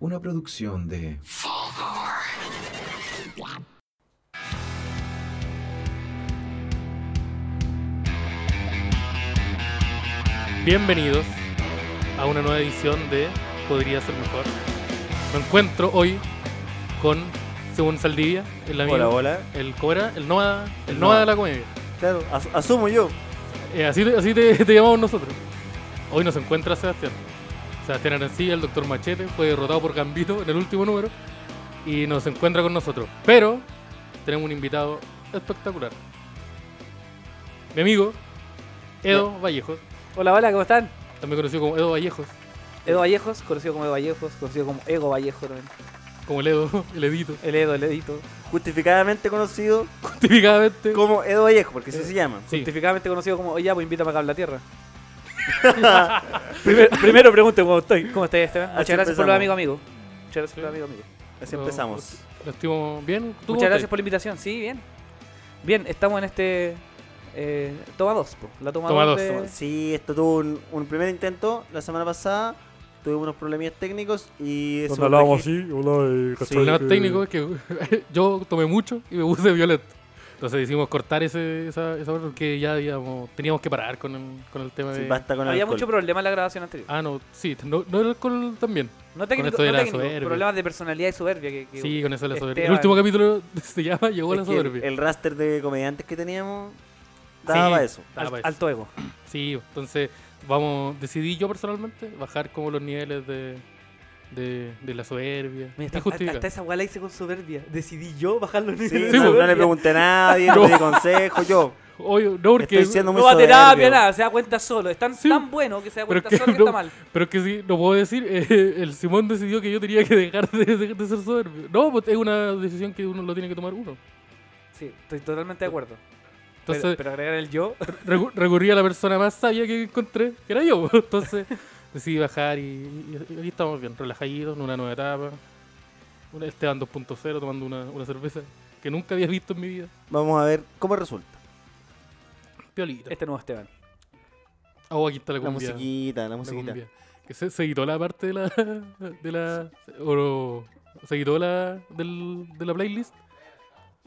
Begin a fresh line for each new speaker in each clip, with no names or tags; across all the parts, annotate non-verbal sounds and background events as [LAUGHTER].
Una producción de...
Bienvenidos a una nueva edición de Podría ser mejor. Me encuentro hoy con, según Saldivia, el amigo,
Hola, hola.
el Cora, el Nómada, el, Nómada
El nómada.
de la comedia.
Claro, as- asumo yo.
Eh, así te, así te- te llamamos nosotros. Hoy nos encuentra Sebastián. Sebastián Arancilla, el doctor Machete, fue derrotado por Gambito en el último número y nos encuentra con nosotros. Pero tenemos un invitado espectacular. Mi amigo, Edo Vallejos,
Hola, hola, ¿cómo están?
también conocido como Edo Vallejos,
Edo Vallejos, conocido como Edo Vallejos, conocido como Ego Vallejo también.
como el Edo, [LAUGHS] el Edito,
El Edo, el Edito.
Justificadamente conocido
justificadamente.
como Edo Vallejo, porque así se llama.
Sí,
Científicamente conocido como, oye, ya, pues invítame acá a
[LAUGHS]
la Tierra. primero, primero pregunte cómo estoy. ¿Cómo estás, Esteban? Muchas
Así
gracias
empezamos.
por los amigos, amigo. Muchas gracias por los amigos, amigo.
Así empezamos.
lo estimo bien. ¿Tú cómo
Muchas gracias
estás?
por la invitación. Sí, bien. Bien, estamos en este... eh, toma dos, po. La toma,
Toma
dos.
dos.
de-
Toma
Sí, esto tuvo un, un primer intento la semana pasada. Tuvimos unos problemas técnicos y... se
Cuando hablábamos
corrigi-
así, hola, eh,
El
¿cachai?
problema
Que-
técnico es que [LAUGHS] yo tomé mucho y me puse violento. Entonces decidimos cortar ese, esa, esa parte porque ya digamos, teníamos que parar con el, con el tema
Sí,
de...
basta con
Había
alcohol.
mucho problema en la grabación anterior.
Ah, no, sí, no, no el alcohol también.
No técnico,
esto de
no
la
técnico,
soberbia.
problemas de personalidad y soberbia. Que, que-
Sí, con eso de la soberbia. El
Esteban.
último capítulo [LAUGHS] se llama Llegó la
Es que el-
soberbia.
El raster de comediantes que teníamos daba
Sí.
eso.
Ah,
al-
pues,
alto ego.
Sí, entonces vamos, decidí yo personalmente bajar como los niveles de, de, de la soberbia. Está
Mira, hasta, hasta-
justificado.
hasta esa weá la hice con soberbia. Decidí yo bajar los
Sí,
niveles.
Sí, pues.
no,
de
no le
soberbia.
pregunté a nadie, no pedí consejo, yo.
Oye, no, porque...
Estoy siendo muy
No va a
soberbio.
terapia, nada, se da cuenta solo. Es tan,
Sí.
tan bueno que se da
Pero
cuenta
que
solo que
no-
está mal.
Pero es que sí, no puedo decir, [LAUGHS] eh, el Simón decidió que yo tenía que dejar de, de- de ser soberbio. No, pues es una decisión que uno lo tiene que tomar uno.
Sí, estoy totalmente de acuerdo.
Entonces,
pero, pero agregar el yo.
recu- recurrí a la persona más sabia que encontré, que era yo. [LAUGHS] Entonces, decidí bajar y, y- y aquí estamos bien, relajaditos, en una nueva etapa. Una Esteban 2.0 tomando una, una cerveza que nunca había visto en mi vida.
Vamos a ver cómo resulta.
Piolita.
Este nuevo Esteban.
Oh, aquí está la
La
cumbia.
musiquita, la
la
musiquita.
cumbia. Que se, se quitó la parte de la... [LAUGHS] De la o no, se quitó la, del, de la playlist.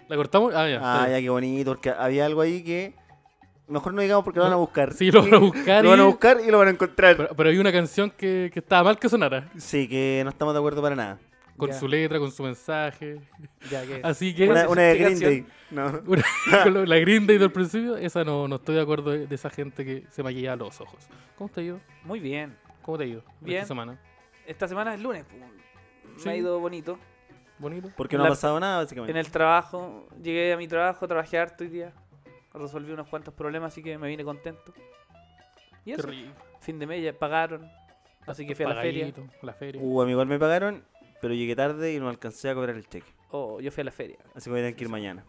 ¿La cortamos? Ah, ya. está
Ah,
bien.
ya, qué bonito, porque había algo ahí que... Mejor no digamos porque lo van a buscar.
Sí, lo van a buscar.
[LAUGHS] Lo van a
y-
buscar y lo van a encontrar.
Pero, pero hay una canción que, que estaba mal que sonara.
Sí, que no estamos de acuerdo para nada.
Con
Ya.
su letra, con su mensaje.
Ya que.
Así que.
Una, una de Green
explicación.
Day. No.
una- [LAUGHS] con lo- la Green Day del principio, esa no, no estoy de acuerdo de, de esa gente que se maquilla los ojos. ¿Cómo te ha ido?
Muy bien.
¿Cómo te ha ido?
Bien.
Esta semana.
Esta semana es lunes. pum.
Sí.
Me ha ido bonito.
¿Bonito?
Porque no ha
La-
pasado nada,
En
básicamente.
el trabajo, llegué a mi trabajo, trabajé harto hoy día. Resolví unos cuantos problemas, así que me vine contento. Y
Qué
eso,
rico.
fin de mes ya pagaron. Así que fui a la feria.
Pagadito, a la feria.
Uh, a mi igual me pagaron, pero llegué tarde y no alcancé a cobrar el cheque.
Oh, yo fui a la feria.
Así que voy a tener que ir mañana.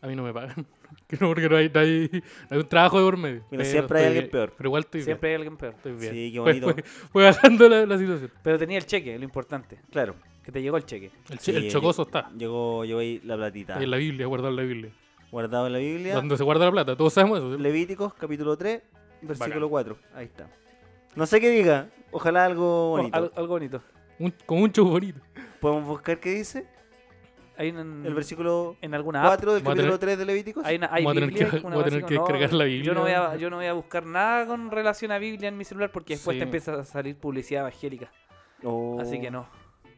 A mí no me pagan. [LAUGHS] Que no, porque no hay, no hay, no hay un trabajo de por medio.
Mira, siempre hay
estoy
alguien
bien.
peor.
Pero igual estoy
Siempre hay alguien peor.
bien. Pues, Estoy bien.
Sí, qué
Fue-
bonito.
Fue, fue bajando la, la situación.
Pero tenía el cheque, lo importante.
Claro.
Que te llegó el cheque.
El, che-
Sí,
el chocoso está.
Llegó, llegó ahí la platita.
Ahí en la Biblia, guardado en la Biblia.
Guardado en la Biblia.
Donde se guarda la plata. Todos sabemos eso. ¿sí?
Levíticos, capítulo 3, versículo 4. Ahí está. No sé qué diga. Ojalá algo
Oh,
bonito.
al- algo bonito.
Un- con un chupo bonito.
¿Podemos buscar qué dice?
Hay un-
El versículo
en alguna app.
4 del
Voy a tener-
capítulo 3 de Levíticos.
Hay una hay
Voy a tener
Biblia,
que-
una
voy a
base
tener
con-
que descargar la Biblia.
Yo no, voy a, yo no voy a buscar nada con relación a Biblia en mi celular porque después
Sí.
te empieza a salir publicidad evangélica.
Oh.
Así que no.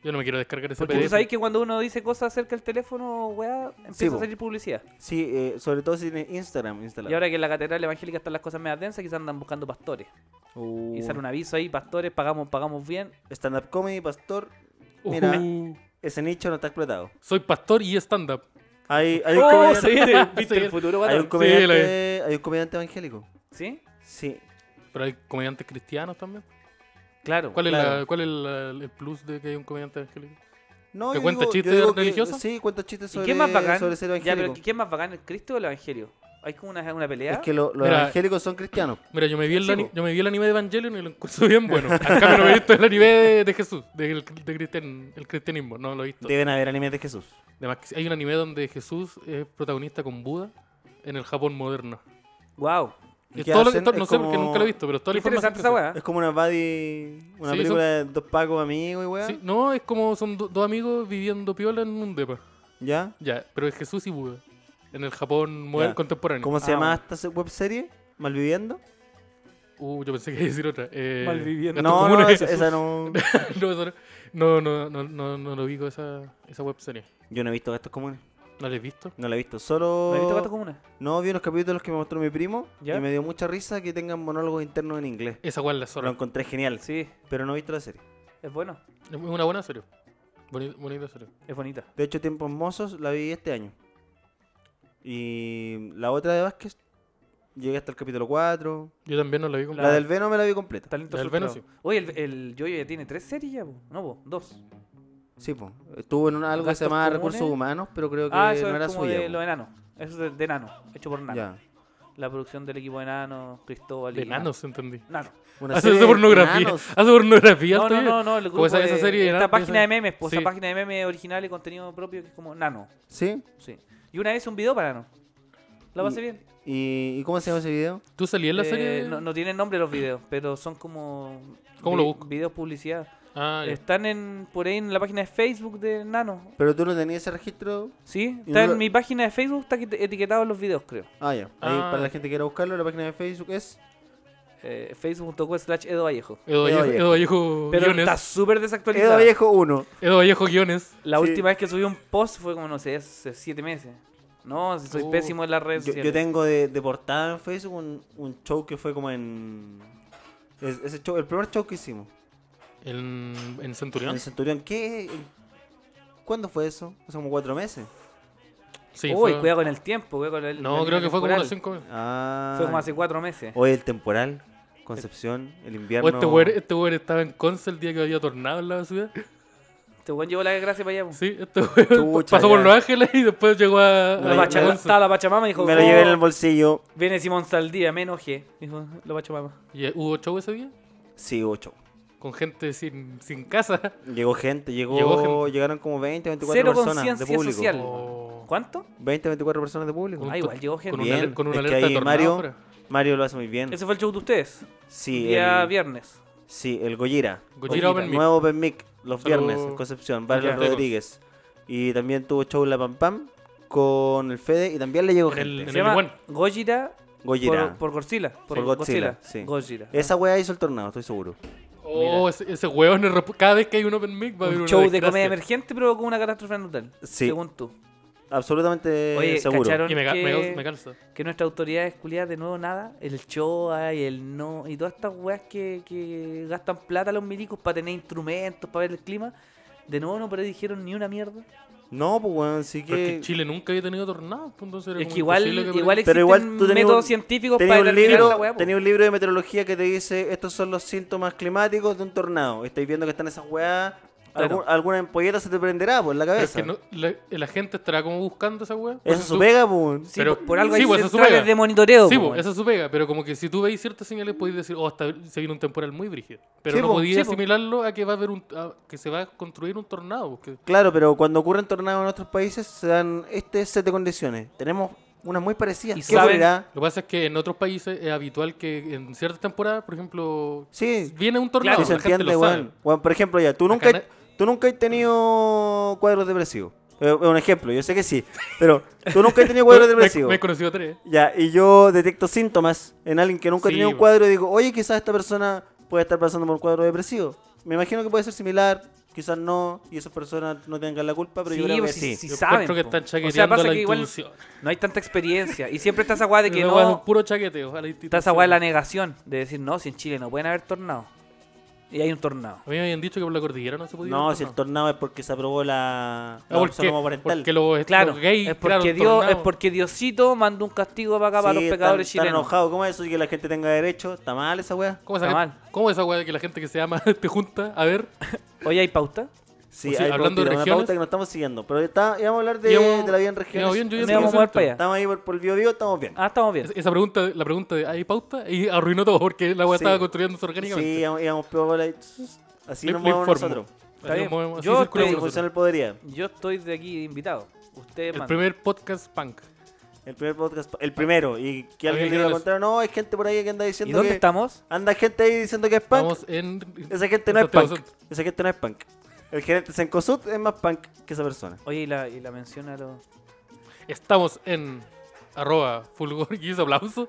Yo no me quiero descargar ese
Porque tú
PDF.
sabes que cuando uno dice cosas acerca del teléfono, weá, empieza
Sí,
a
po.
salir publicidad.
Sí, eh, sobre todo si tiene Instagram instalado.
Y ahora que en la catedral evangélica están las cosas más densas, quizás andan buscando pastores.
Oh.
Y sale un aviso ahí, pastores, pagamos, pagamos bien.
Stand-up comedy, pastor.
Uh,
Mira. Ese nicho no está explotado.
soy pastor y stand-up.
Hay, hay un
¡Oh,
comediante- [LAUGHS]
se viene! ¿Viste
Sí.
el futuro,
Hay
guatón?
un comediante,
la
hay un comediante evangélico.
¿Sí?
Sí.
Pero hay comediantes cristianos también.
Claro.
¿Cuál es, la,
Claro.
cuál es la- el plus de que hay un comediante evangélico?
No,
¿Te
yo
cuenta
digo-
chistes
yo digo que-
religiosos?
Sí, cuenta chistes
¿Y
sobre,
qué más bacán?
sobre ser
Ya, pero
evangélico.
¿qué es más bacán, el Cristo o el evangelio? Hay como una, una pelea.
Es que lo- los
Mira.
evangélicos son cristianos.
Mira, yo me vi el,
Sí,
ani-
po.
yo me vi el anime de Evangelion y lo encuentro bien bueno. Al cambio no me he visto el anime de, de Jesús, del de cristian- el cristianismo. No lo he visto.
Deben haber animes de Jesús.
Además, que hay un anime donde Jesús es protagonista con Buda en el Japón moderno.
Wow.
Es
qué
todo lo que-
hacen?
todo- no
Es
sé porque
como-
nunca lo he visto, pero toda la información.
Interesante
que
esa
sé.
weá.
Es como una buddy. Una
Sí,
película de dos pacos amigos y weá.
Sí, no, es como son do- dos amigos viviendo piola en un depa.
¿Ya?
Ya, pero es Jesús y Buda. En el Japón moderno
Ya.
contemporáneo.
¿Cómo se
Ah,
llama
bueno.
esta se- webserie? ¿Malviviendo?
Uh, yo pensé que iba a decir otra. Eh,
Malviviendo.
Gato
No,
Común.
no, esa, esa no.
[LAUGHS] no, eso no. No, no, no, no, no lo vi con esa, esa webserie.
[LAUGHS] Yo no he visto gastos comunes.
¿No la has visto?
No la he visto.
¿Me
Solo.
he visto gatos comunes?
No, vi unos capítulos que me mostró mi primo.
¿Ya?
Y me dio mucha risa que tengan monólogos internos en inglés.
Esa weá es la
Lo
zorra.
encontré genial.
Sí,
Pero no he visto la serie.
es bueno.
Es una buena serie. Boni- bonita serie.
Es bonita.
De hecho, Tiempos Mozos la vi este año. Y la otra de Vázquez, llegué hasta el capítulo 4.
Yo también no la vi con
La,
La-
del Veno me la vi completa.
Talento
La del
frustrado.
Venus,
Oye, el, el Yoyo ya tiene tres series ya, po. No, po, dos.
Sí, pues. Estuvo en una- algo que se
Gastos
llamaba
comunes.
Recursos Humanos, pero creo que
Ah, eso
no era
es como
suya.
de
po.
los enanos. Eso es de, de enano, hecho por nano.
Ya.
La producción del equipo de enano, Cristóbal y.
De nanos, entendí.
Nano.
Una
Hace,
serie
hace
de
pornografía.
enanos.
Hace pornografía.
No,
el
no,
Toyo.
no, no, el grupo
esa-
de
esa serie de
esta
nano,
página
esa-
de memes, pues,
sí.
esa página de memes original y contenido propio que es como nano,
¿Sí?
sí. Y una vez un video para nano. La pasé bien.
¿Y, y cómo se llama ese video?
¿Tú salías en la
Eh,
serie?
no, no tienen nombre los videos, pero son como
¿Cómo
vi-
lo busco?
videos publicidad.
Ah, ya.
Están en por ahí en la página de Facebook de Nano.
Pero tú no tenías ese registro.
¿Sí?
Y
Está
no-
en mi página de Facebook, está etiquet- etiquetado en los videos, creo.
Ah, ya. Ahí,
Ah.
para la gente que quiera buscarlo, la página de Facebook es.
Eh, Facebook.com slash Edo Vallejo.
Edo
Edo
Vallejo,
Vallejo.
Edo Vallejo
Pero está
guiones.
súper desactualizado.
Edo Viejo 1.
Edo Vallejo guiones.
La
Sí.
última vez que subí un post fue como, no sé, hace siete meses. No, si soy
Uh,
pésimo en las redes
Yo,
sociales.
yo tengo de, de portada en Facebook un, un show que fue como en. es- ese show, el primer show que hicimos.
En, en
En
Centurión.
el Centurión, ¿qué? ¿Cuándo fue eso? Hace como cuatro meses.
Sí.
Uy,
fue-
cuidado con el tiempo. cuidado con el-
No,
el-
creo
el
que fue como unos
temporal.
cinco meses.
Ah.
Fue como hace cuatro Eh, meses.
Hoy el temporal, Concepción, el invierno.
O este weón este weón estaba en Conce el día que había tornado en la
[LAUGHS]
ciudad.
Este weón llevó la gracia para allá. po.
Sí, este weón [LAUGHS]
Chucha,
pasó por
ya.
Los Ángeles y después llegó a,
Me
a
La
lo-
Pachamama-
me lo-
Conce.
estaba la Pachamama y dijo,
Me lo llevé en
"Oh,
el bolsillo.
viene Simón Saldía, me enojé. Dijo, la Pachamama.
¿Y eh, hubo show ese día?
Sí, ocho.
Con gente sin, sin casa.
Llegó gente, llegó,
Llegó gente.
llegaron como 20, 24
Cero
personas de
conciencia
público.
social.
O-
¿cuánto?
20, 24 personas de
con un
público.
Ah,
to-
igual llegó gente.
Con una,
Bien,
ale- con una
es que
alerta
ahí
de tornado
Mario-
afuera.
Mario lo hace muy bien.
Ese fue el show de ustedes.
Sí,
día
el,
viernes.
sí, el Gojira.
Gojira Open Mic.
Nuevo Open Mic, los
Saludo.
viernes en Concepción, Barrio
Ya.
Rodríguez. Y también tuvo show La Pam Pam con el Fede y también le llegó
En el-
gente.
Se
en
llama
Iguan.
Gojira
Gojira.
por, por Godzilla. Por,
Por Godzilla,
Godzilla.
sí.
Gojira.
Esa weá hizo el tornado, estoy seguro.
Oh, ese, ese weón, es rep- cada vez que hay un Open Mic va a haber
Un
una
show de comedia
desgracia.
emergente, pero con una catástrofe natural.
Sí.
Según tú.
Absolutamente
Oye,
seguro.
¿cacharon?
Y me, ca- me
que-
cal- me calza.
Que nuestra autoridad es culiadas de nuevo nada. El Choa y el no. Y todas estas weas que, que gastan plata los milicos para tener instrumentos, para ver el clima. De nuevo no predijeron ni una mierda.
No, pues weón, sí
Pero es
que.
que Chile nunca había tenido tornado. pues, Entonces era
Es
como
que igual,
imposible que-
igual existen
Pero igual tú tenías
métodos
un-
científicos
Tenía
para
un,
determinar
libro,
la
pues.
wea. po.
tenía un libro de meteorología que te dice estos son los síntomas climáticos de un tornado. Estáis viendo que están esas weas.
Claro.
algún- alguna ampolleta se te prenderá por la
Pero
cabeza.
es que no- la, la gente estará como buscando esa weá.
Eso es su pega, pues. weón.
Sí,
Pero-
po, por algo
sí,
hay
po, esa es su
centrales
pega.
de
Sí,
monitoreo.
pues,
po,
po,
weón.
esa es su pega, pero como que si tú veis ciertas señales podéis decir, oh, está, se viene un temporal muy brígido. Pero
Sí,
no
po,
podías
sí, po.
asimilarlo a que va a haber un, a que se va a construir un tornado. porque-
Claro, pero cuando ocurren tornados en otros países se dan este set de condiciones. Tenemos unas muy parecidas.
¿Y
¿Qué
saben?
ocurrirá?
Lo que pasa es que en otros países es habitual que en ciertas temporadas, por ejemplo,
Sí,
viene un tornado,
sí se
la gente
entiende,
lo sabe.
weón. Weón, Por ejemplo, ya, tú
Acá
nunca,
na-
tú nunca has tenido cuadros depresivos. Eh, Es un ejemplo, yo sé que sí. Pero tú nunca
[LAUGHS]
has tenido cuadros
Me-
depresivos.
Me, he conocido tres.
Ya, y yo detecto síntomas en alguien que nunca ha
Sí,
tenido un
po.
cuadro y digo, oye, quizás esta persona puede estar pasando por un cuadro depresivo. Me imagino que puede ser similar, quizás no, y esas personas no tengan la culpa, pero yo
Sí,
creo que
pues,
sí.
sí, sí.
Yo
saben,
encuentro que
po.
están
O sea,
chaqueteando
pasa
la
que igual-
intuición.
No hay tanta experiencia. Y siempre está esa weá de
[LAUGHS]
que
Esa weá es
no.
un puro chaqueteo a la
Está esa weá
institución.
de la negación. De decir, no, si en Chile no pueden haber tornados. Y hay un tornado.
A mí me habían dicho que por la cordillera no se podía.
No,
ir,
si el tornado es porque se aprobó la, la
Ah,
opción
porque,
homoparental.
porque los,
Claro,
los gays
es,
crearon
porque Dios, es
tornados.
porque Diosito mandó un castigo para acá,
Sí,
para los
están-
pecadores
están
chilenos.
enojados, ¿cómo es eso? Y que la gente tenga derecho, está mal esa weá.
¿Cómo esa,
Está
gente- ¿Cómo esa weá de que la gente que se ama [LAUGHS] te junta? A ver,
Hoy hay pauta.
Sí,
O sea,
hay
hablando de
pauta, una
regiones-
pauta que no estamos siguiendo. Pero está, íbamos a hablar de,
Íbamos-
de la vida en regiones.
íbamos bien, yo
así
ya
Nos
que
tengo
vamos a mover para allá.
Estamos ahí por, por el bio vivo, estamos bien.
Ah, estamos bien.
es- esa pregunta, la pregunta de ¿hay pauta? Y arruinó todo porque la weá
Sí.
estaba construyéndose orgánicamente.
Sí, íbamos, íbamos por ahí. Así
Le-
nos
le
movemos
informo.
nosotros.
Está
Así
bien.
movemos- así
Yo
circulamos
Así
estoy-
nosotros.
funciona el podería.
Yo estoy de aquí invitado. Ustedes
El
mandan.
primer podcast punk.
El El primer podcast, el primero. Y que alguien
Alguien
le diga
que
lo
nos-
contrario. No, hay gente por ahí que anda
¿Y
diciendo
dónde
que.
estamos?
Anda gente ahí diciendo que es punk.
Estamos en.
Esa gente no es
en Santiago
punk.
Centro.
Esa gente no es punk. El gerente Sencosud es más punk que esa persona.
Oye, y la, y la menciona lo...
Estamos en. Arroba Fulgor. Y ese aplauso.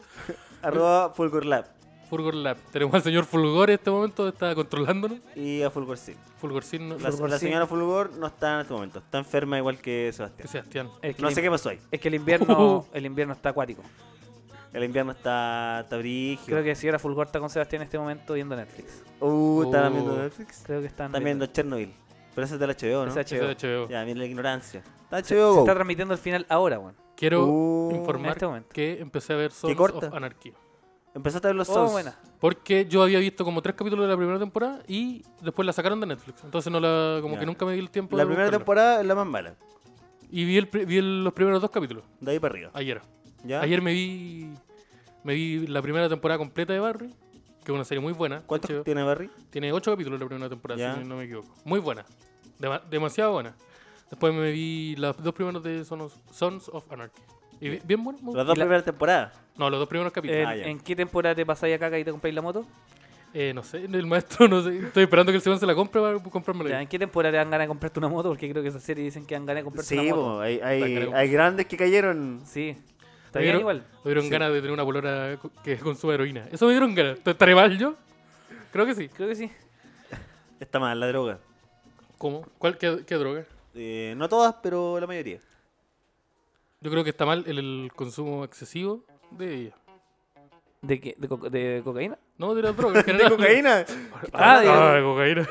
Arroba Fulgor Lab
Fulgor Lab. Tenemos al señor Fulgor en este momento. Está controlándonos.
y a Fulgor sí.
Fulgor sin.
La,
Fulgor
la
sí.
señora Fulgor no está en este momento. Está enferma igual que Sebastián.
Sebastián.
Es que,
No
el,
sé qué pasó ahí.
es que
[LAUGHS]
el
Uh.
invierno el invierno está acuático.
El invierno está, está brígido.
Creo que si ahora Fulgor está con Sebastián en este momento viendo Netflix.
Uh, están viendo
Uh.
Netflix.
Creo que están
Están viendo
viendo-
Chernobyl. Pero ese es del HBO, ¿no?
es HBO.
Ese es HBO.
Ya, miren la ignorancia. Está
Se,
HBO
se
Go.
está transmitiendo el final ahora, weón.
Quiero
Uh.
En
informar
este momento.
que empecé a ver Sons
corta.
of Anarchy.
Empezaste a ver los
Oh,
Sons.
buena.
Porque yo había visto como tres capítulos de la primera temporada y después la sacaron de Netflix. Entonces no la, como
Ya.
que nunca me di el tiempo
La
de
primera
buscarla.
temporada es la más mala.
Y vi, el, pri- vi el- los primeros dos capítulos,
De ahí para arriba.
ayer.
¿Ya?
Ayer me vi me vi la primera temporada completa de Barry, que es una serie muy buena.
¿Cuántos
HBO.
tiene Barry?
Tiene ocho capítulos la primera temporada,
Ya.
si no me equivoco. Muy buena. Dema- demasiado buena. Después me vi las dos primeros de Sons, Sons of Anarchy. Y bi- bien bueno. muy-
Las dos
Uh, Y la-
primeras temporadas.
No, los dos primeros capítulos.
¿En,
Ah, ya.
en qué temporada te pasáis acá y te compráis la moto?
Eh, no sé, el maestro, no sé. Estoy esperando que el segundo se la compre para comprármela.
Ya, ¿En qué temporada te dan ganas de comprarte una moto? Porque creo que esa serie dicen que dan ganas de comprarte
Sí,
una moto.
po, hay, hay,
Está creo.
hay grandes que cayeron.
Sí. Está
Me
bien
dieron-
igual.
Me dieron ganas de tener una polora co- que consuma heroína. Eso me dieron ganas. ¿Te- ¿Estaré mal yo? Creo que sí.
Creo que sí.
Está mal la droga.
¿Cómo? ¿Cuál, qué, qué droga?
Eh, no todas, pero la mayoría.
Yo creo que está mal el, el consumo excesivo de ella.
¿De qué? ¿De, co- de cocaína?
No, de las drogas. en
¿De
general.
cocaína?
Ah, de-
Ah, de cocaína.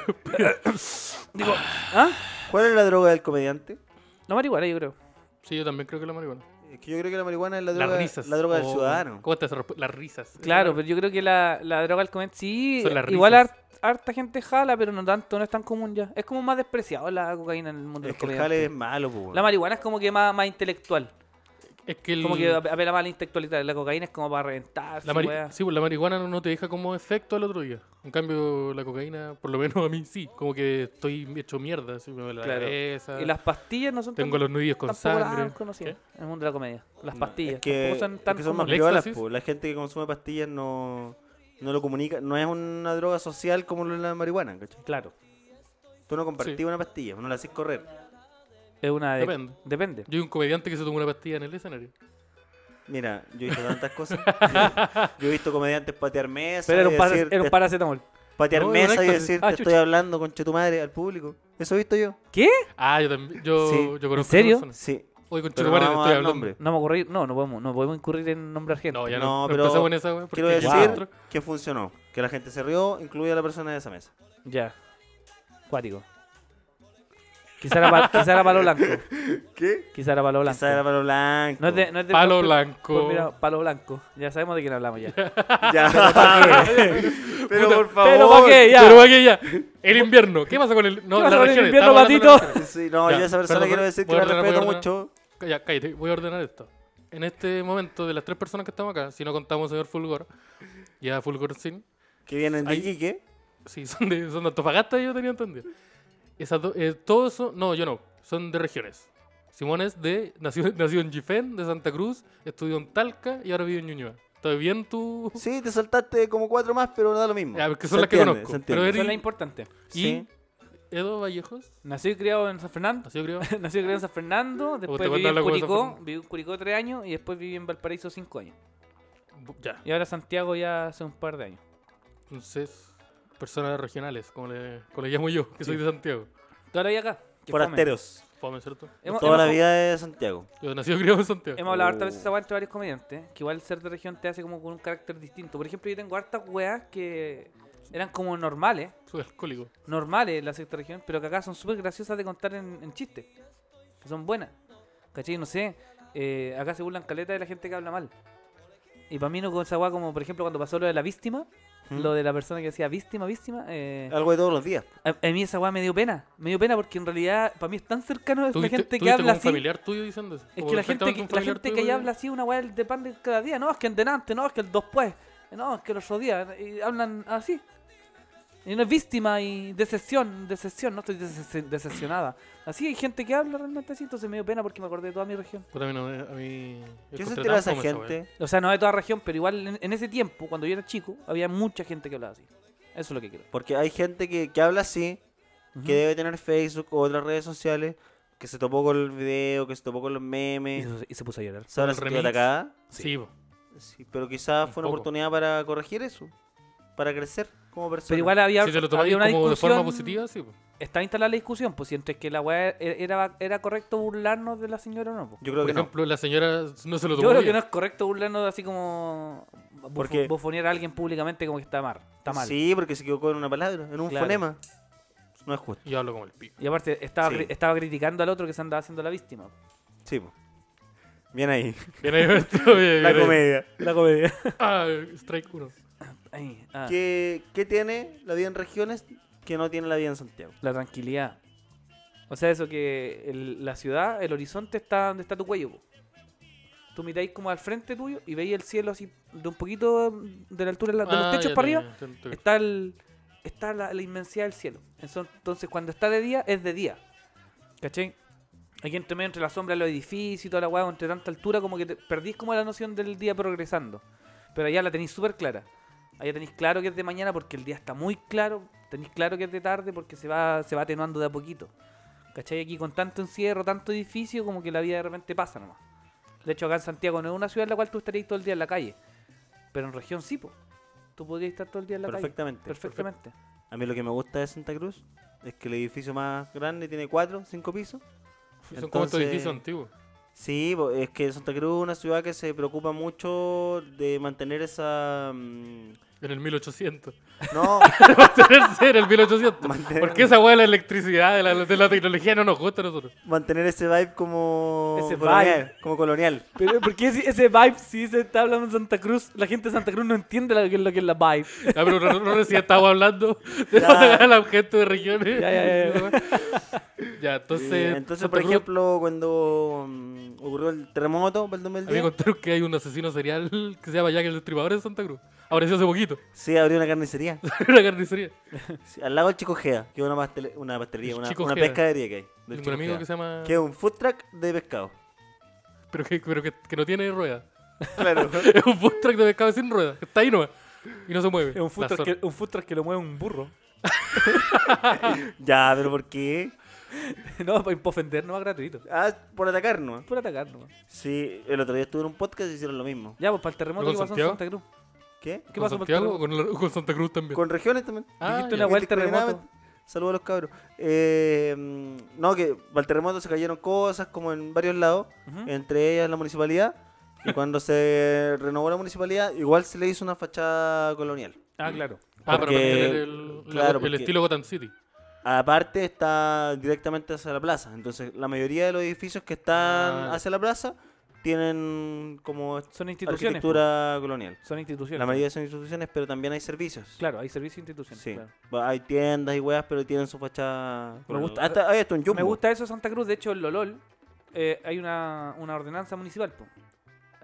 Digo, ¿ah?
¿Cuál es la droga del comediante?
No marihuana, yo creo.
Sí, yo también creo que la marihuana.
Es que yo creo que la marihuana es la droga,
Las risas.
la droga del
Oh,
ciudadano.
¿Cómo está esa resp- Las risas.
Claro, pero yo creo que la, la droga al comer sí,
Son las
igual
risas.
har- harta gente jala, pero no tanto, no es tan común ya. Es como más despreciado la cocaína en el mundo de
Es
los
que el
comediantes.
jale es malo, po,
La marihuana es como que más, más intelectual,
Es que el-
como que ap- apela más a la intelectualidad, la cocaína es como para reventar,
la, mari- sí, pues, la marihuana no- no te deja como efecto al otro día. En cambio, la cocaína, por lo menos a mí sí. Como que estoy hecho mierda. Así, me duele la
Claro.
cabeza.
Y las pastillas no son
Tengo los nudillos con
tampoco las
sangre.
han conocido en el mundo de la comedia. Las pastillas
Es que,
tampoco son
es
tan
que son más
comunes.
comunes.
piolas,
¿El éxtasis?
po. La gente que consume pastillas no, no lo comunica. No es una droga social como lo es la marihuana, ¿cachai?
Claro,
Tú no compartís
Sí.
una pastilla, no la haces correr.
es una de-
Depende.
Depende.
Yo vi un comediante que se tomó una pastilla en el escenario.
Mira, yo he visto tantas
[LAUGHS]
cosas. Yo he visto comediantes patear mesas.
Pero era
y
un, para-
decir,
era un
te-
paracetamol.
Patear
No, era un
mesas y
éxtasis.
decir,
Ah,
te estoy
chucha.
hablando con tu madre al público. Eso he visto yo.
¿Qué?
Ah, yo también. Yo,
Sí.
yo conozco a esa
serio?
persona.
Sí.
Oye, con Chetumare
Pero no
te
vamos a
estoy
dar
hablando.
nombre.
No me ocurrir, no, no podemos, no podemos incurrir en nombre argento.
No, ya
No,
no. No
pero
empezamos en esa, weón.
Quiero
porque ya
decir
entró.
que funcionó. Que la gente se rió, incluida la persona de esa mesa.
Ya. Cuático. Quizá era, pa- quizá era palo blanco.
[LAUGHS] ¿Qué?
Quizá era palo blanco.
Quizás era palo blanco.
No es de, no es de-
Palo
por-
blanco.
por- mira, palo blanco. Ya sabemos de quién
[LAUGHS]
hablamos ya.
[LAUGHS] Ya. [LAUGHS] pero
Puta,
por favor.
Pero pa' qué, ya.
Pero va que ya. El invierno. ¿Qué pasa con el.? No,
¿Qué
la
pasa con el
región.
invierno,
estamos hablando de
patito?
la región.
Sí, no,
Ya,
yo a esa persona
perdón,
quiero decir que
voy a
la
ordenar,
respeto
voy a
mucho.
Ya, cállate. Voy a ordenar esto. En este momento, de las tres personas que estamos acá, si no contamos señor Fulgor, ya Fulgor sin.
Que vienen de
Ahí.
Iquique.
Sí, [LAUGHS] son de, son de Antofagasta, yo tenía entendido. Esas dos- eh, todos son. No, yo no. Son de regiones. Simón es de. Nació, [LAUGHS] nació en Gifén, de Santa Cruz, estudió en Talca y ahora vive en Ñuñoa. ¿Está bien tú?
Sí, te saltaste como cuatro más, pero no da lo mismo.
Ya, porque
Se
son las que
entiende,
conozco.
se
Pero
entiende.
Eso es lo
Eri
importante.
y
Sí.
Edo Vallejos,
Nació y criado en San Fernando.
nació creo.
[LAUGHS] Nació y criado en San Fernando. Después
cuento
viví en
la cosa, San
Curicó.
Fernando.
Viví en Curicó tres años y después viví en Valparaíso cinco años.
Ya.
Y ahora Santiago ya hace un par de años.
Entonces, personas regionales, como le, como le llamo yo, que soy de Santiago.
Toda la vida acá. Qué fome.
Forasteros.
Fome, ¿cierto?
Hemos,
Toda la
hemos-
vida de Santiago.
Yo nací y criado en Santiago.
Hemos hablado
Oh.
hartas veces esa weá entre varios comediantes, que igual ser de región te hace como con un carácter distinto. Por ejemplo, yo tengo hartas weas que eran como normales,
Soy alcohólico.
normales en la sexta región, pero que acá son súper graciosas de contar en, en chistes, que son buenas. ¿Cachai? No sé, eh, acá se burlan caleta de la gente que habla mal. Y para mí no con esa wea como, por ejemplo, cuando pasó lo de la víctima,
¿Mm?
lo de la persona que decía víctima, víctima, eh,
Algo de todos los días.
a, a mí esa wea me dio pena. Me dio pena porque en realidad para mí es tan cercano es la
¿Tuviste-
gente que
tuviste
habla
como un
así.
familiar tuyo diciendo eso?
Es
¿O
que la gente,
perfectamente
que,
un
la
familiar
gente
tuyo
que
que-
ya habla así una weá del de pan de cada día, no, es que el delante, no, es que el después, no, es que el otro día, y hablan así. Y no es víctima y decepción, decepción, no estoy decep- decepcionada. Así hay gente que habla realmente así, entonces me dio pena porque me acordé de toda mi región.
Puta, a mí no, a mí...
¿Qué
encontré
sentirá
tan
esa
fome esa wea.
gente?
O sea, no de toda región, pero igual en, en ese tiempo, cuando yo era chico, había mucha gente que hablaba así. Eso es lo que creo.
Porque hay gente que, que habla así, que debe tener Facebook o otras redes sociales, que se topó con el video, que se topó con los
y,
memes,
se, y se puso a llorar.
se habrá
el
sentido
remix.
atacada.
Sí, po.
Sí, pero quizás
Un
fue una
poco.
oportunidad para corregir eso, para crecer como persona.
Pero igual había,
si te lo tomas
había una
como de
discusión.
forma positiva, sí. po.
Estaba instalada la discusión, pues si entre que la weá e- era, era correcto burlarnos de la señora o no. pues. po.
Yo creo
Por
que no.
ejemplo, la señora no se lo
Yo
tomó
creo que
bien.
no es correcto burlarnos de así como bufo-
Porque-
bufonear a alguien públicamente como que está mal. Está mal.
Sí, porque se equivocó en una palabra, en un
Claro.
fonema. No es justo.
Yo hablo como el
[LAUGHS]
pico.
Y aparte estaba,
Sí.
cri- estaba criticando al otro que se andaba haciendo la víctima.
Sí, po.
[LAUGHS]
Bien ahí.
Bien ahí, Berto, bien,
La
bien ahí.
comedia.
La comedia.
Ah, strike 1.
ah,
¿Qué, qué tiene la vida en regiones que no tiene la vida en Santiago?
la tranquilidad. O sea, eso que el- la ciudad, el horizonte está donde está tu cuello. po. Tú miráis como al frente tuyo y veis el cielo así de un poquito de la altura de la- de los
Ah,
techos para arriba. está el- está la, la inmensidad del cielo. Enso- Entonces, cuando está de día, es de día. ¿Cachai? Aquí entre medio, entre la sombra de los edificios y toda la hueá, entre tanta altura, como que te perdís como la noción del día progresando. Pero allá la tenéis súper clara. Allá tenéis claro que es de mañana porque el día está muy claro. Tenéis claro que es de tarde porque se va, se va atenuando de a poquito. ¿Cachai? Aquí con tanto encierro, tanto edificio, como que la vida de repente pasa nomás. De hecho, acá en Santiago no es una ciudad en la cual tú estarías todo el día en la calle. Pero en región sí, po. Tú podrías estar todo el día en la calle.
Perfectamente.
Perfectamente.
A mí lo que me gusta de Santa Cruz es que el edificio más grande tiene cuatro, cinco pisos.
Son como estos
Entonces-
edificios antiguos.
Sí, po, es que Santa Cruz es una ciudad que se preocupa mucho de mantener esa...
[LAUGHS]
mm,
En el 1800. [LAUGHS]
No,
Mantenerse en el 1800.
Mantener-
Porque esa hueá de la electricidad, de la, de la tecnología no nos gusta a nosotros.
mantener ese vibe como
Ese
colonial. Como colonial.
Pero ¿por qué ese, ese vibe si se está hablando en Santa Cruz? La gente de Santa Cruz no entiende lo que es, lo que es la vibe.
Ya, Ah, pero no, no recién estábamos
[LAUGHS]
hablando de
Ya.
[LAUGHS] atacar a la gente de regiones.
Ya, ya,
[LAUGHS] Ya, entonces.
Eh, Entonces,
Santa
por
Cruz,
ejemplo, cuando mm, ocurrió el terremoto del
A mí me
2010,
contaron que hay un asesino serial que se llama Jack el Destripador en Santa Cruz. Apareció hace poquito. [LAUGHS]
sí, abrió una carnicería.
una carnicería.
Sí, al lado del Chico Gea, que es una, pastele- una pastelería,
El
una,
Chico
una
Gea.
pescadería que hay. del
Tengo
Chico
un amigo
Gea,
que se llama.
que es un food truck de
[LAUGHS]
pescado.
Pero, que, pero que, que no tiene rueda. [LAUGHS]
Claro.
Es un food truck de pescado sin rueda. que Está ahí nomás. Y no se mueve.
Es un food,
La
truck
zorra.
que, un food truck que lo mueve un burro.
[LAUGHS] ya, pero ¿por qué?
[LAUGHS] no, para ofender, no es gratuito.
Ah, por atacarnos.
Por atacar, nomás.
Sí, el otro día estuve en un podcast y hicieron lo mismo.
Ya, pues para el terremoto
¿Pero
que
con
pasó en Santa
Santiago?
Cruz.
¿Qué?
¿Qué
¿Con
pasó por el
Santiago o
terremoto?
con, la- con Santa Cruz también?
Con regiones también.
Ah, ya.
Dijiste una hueá del
Indiscriminadamente.
terremoto.
Saludos a los cabros. Eh, mm, no, que para el terremoto se cayeron cosas como en varios lados,
Ujú.
entre ellas la municipalidad. Y cuando se [LAUGHS] renovó la municipalidad, igual se le hizo una fachada colonial.
Ah, claro.
Ah, para
porque-
mantener el, la-
claro,
el
porque-
estilo Gotham City.
Aparte está directamente hacia la plaza. Entonces la mayoría de los edificios que están
Ah.
hacia la plaza tienen como
Son instituciones. po.
arquitectura colonial.
Son instituciones.
La mayoría son instituciones, pero también hay servicios.
Claro, hay servicios de instituciones.
Sí.
claro.
Va- Hay tiendas y weas, pero tienen su fachada. colonial.
gusta-
Hasta, hay hasta un Jumbo.
Me gusta eso de Santa Cruz. De hecho, en Lolol eh, hay una, una ordenanza municipal. po.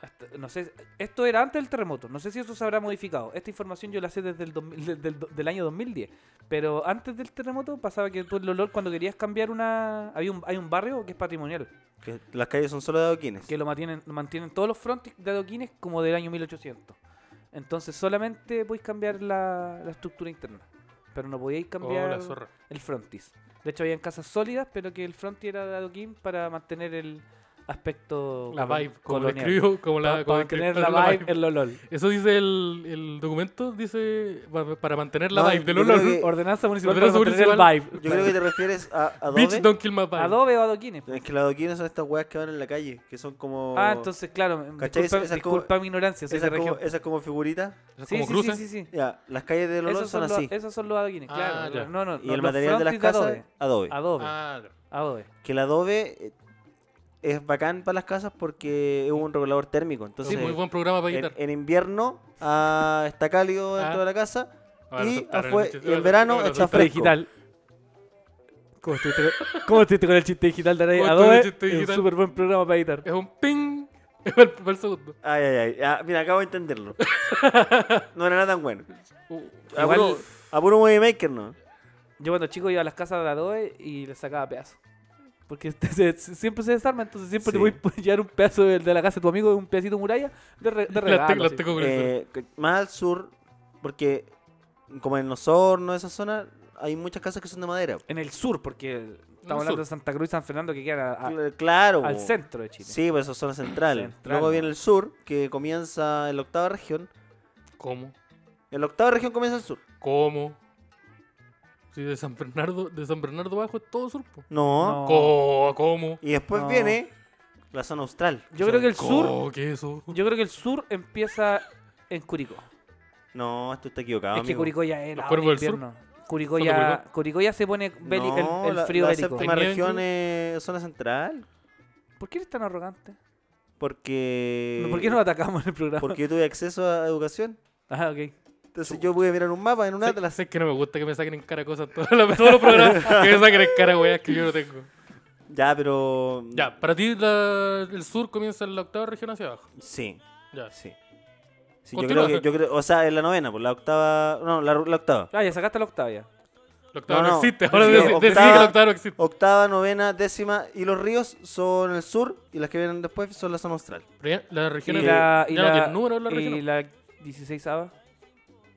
Hasta- no sé, esto era antes del terremoto. No sé si eso se habrá modificado. Esta información yo la sé desde el 2000 del- del, del año 2010. Pero antes del terremoto pasaba que tú en Lolol cuando querías cambiar una... Hay un, hay un barrio que es patrimonial.
Que las calles son solo de adoquines.
Que lo mantienen, lo mantienen todos los frontis de adoquines como del año 1800. Entonces solamente podéis cambiar la, la estructura interna. Pero no podíais
Oh,
cambiar
la zorra.
el frontis. De hecho, habían casas sólidas, pero que el frontis era de adoquín para mantener el aspecto
La
colo-
vibe, como la
colonial.
escribió. Como la,
Pa- para
como
mantener la
escribió-
vibe en LOLOL.
Eso dice el, el documento, dice pa- para mantener la
No,
vibe del
yo creo
olor.
que-
Ordenanza municipal
Ordenanza
para mantener el vibe.
Yo creo que te refieres a
[LAUGHS] Bitch,
adobe.
don't kill my vibe.
Adobe o adoquines.
Es que los adoquines son estas weas que van en la calle, que son como.
Ah, entonces, claro,
¿Cachai?
disculpa,
Esas como-
disculpa mi ignorancia, soy
Esas
de
como,
región.
esas como figuritas.
Esas
Sí,
como
sí, sí,
cruces.
sí, sí.
Ya, las calles de Lolón
Esos,
son
son los,
así.
esos son los adoquines,
Ah,
claro.
ya.
No, no,
Y
no,
el
los
material de las
frontis
casas, adobe.
Adobe, adobe,
Ah, no.
adobe.
Que el adobe eh, es bacán para las casas porque es un regulador térmico. Entonces,
sí, muy buen programa para
en,
editar.
en invierno ah, está cálido dentro
Ah.
de la casa
A ver,
y
aceptaron
afue-
el chiste.
y en verano
Bueno,
está
aceptaron.
fresco.
digital. ¿Cómo estuviste, con, cómo estuviste con el chiste digital de
¿Cómo estuvo el
Adobe?
chiste
Es un
digital?
súper buen programa para editar.
Es un ping. [LAUGHS] Va el, va el segundo.
Ay, ay, ay. Ah, mira, acabo de
[LAUGHS]
entenderlo. No era nada tan bueno.
Uh,
A
Igual-
puro, a puro Movie Maker, ¿no?
Yo cuando chico iba a las casas de Adobe y les sacaba pedazos. Porque [LAUGHS] te- se- se- siempre se desarma, entonces siempre te
Sí.
voy a [LAUGHS] llevar un pedazo de, de la casa de tu amigo, un pedacito de muralla, de, re-
[LAUGHS]
de
las te-
regalo.
las
así.
tengo presentes.
Eh, que- más al sur, porque como en los hornos, esa zona, hay muchas casas que son de madera.
En el sur, porque estamos hablando
sur.
de Santa Cruz y San Fernando que quedan a- a-
Cl- claro.
Ah, al
po.
centro de Chile.
Sí, pues eso es zona central.
Central,
Luego
¿no?
viene el sur, que comienza en la octava región.
¿Cómo?
En la octava región comienza el sur.
¿Cómo? Si de San Bernardo, de San Bernardo Bajo es todo surpo.
No.
No.
Co- ¿Cómo?
Y después
No.
viene la zona austral.
Yo creo que el sur,
Co- ¿Qué es eso?
yo creo que el sur empieza en Curicó.
No, esto está equivocado.
es que
amigo.
Curicó ya es
¿Los
la
cuervos del
invierno. Curicó
¿Son de
ya,
Curicó?
Curicó ya se pone bélico, el-
No,
el,
la-
frío
la,
bélico.
séptima
¿Tenía
región
incluido?
es zona central.
¿Por qué eres tan arrogante?
Eh,
Porque.
¿Por qué no atacamos en el programa?
Porque yo tuve acceso a educación.
[LAUGHS] Ah, ok.
Entonces yo pude mirar un mapa en un
Sé,
atlas.
sé que no me gusta que me saquen en cara cosas [LAUGHS] todos los, todos los programas. Que me saquen en cara weas que yo no tengo.
Ya, pero.
Ya, para ti la- el sur comienza en la octava región hacia abajo.
Sí,
Ya.
sí. Sí, yo
Continúa.
creo que. Yo creo, o sea, en la novena, por la octava. No, la, la octava.
Ah, ya sacaste la octava ya.
La octava no,
No, no.
existe. Ahora
Sí,
decí- decí
octava-
que la octava no existe.
Octava, novena, décima y los ríos son el sur y las que vienen después son la zona austral.
Pero ya, la región
Y
es-
la, y
ya no
la,
tiene número la región.
y la 16 ava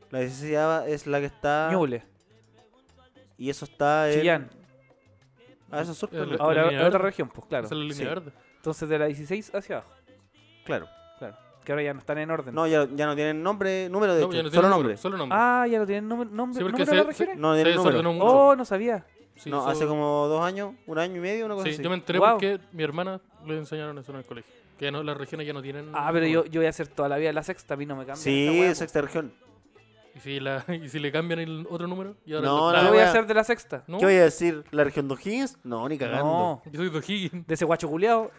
La dieciséisava es la que
Ah,
está.
Ñuble,
Y eso está en.
Chillán.
Ah, eso es sur,
Eh,
pero-
la
Ahora
línea
es otra
verde.
región, pues claro.
Esa es la línea
sí.
verde.
Entonces de la 16 hacia abajo,
claro.
claro. Que ahora ya no están en orden.
No, ya, ya no tienen nombre, número de
No,
hecho,
ya no tiene
solo
número,
nombre.
Solo nombre.
ah, ya no tienen nom- nombre.
Sí, porque
¿Número
se-
de las
se-
regiones?
No tienen
Se
número.
desordenó mucho.
Oh, no sabía.
Sí,
no,
eso-
hace como dos años, un año y medio, una cosa
Sí,
así.
yo me enteré
Guau.
porque mi hermana le enseñaron eso en el colegio. Que ya no, las regiones ya no tienen.
Ah, pero yo, yo voy a hacer toda la vida la sexta, a mí no me cambia.
Sí,
esa hueá, po.
sexta región.
¿Y si, la- [LAUGHS] y si le cambian el otro número? Y ahora
No,
la-
pues. Yo
no,
voy a
wea.
hacer de la sexta.
¿No?
¿Qué voy a decir? ¿La región de O'Higgins? No, ni cagando.
No,
Yo soy de O'Higgins. [LAUGHS]
de ese guacho culiao.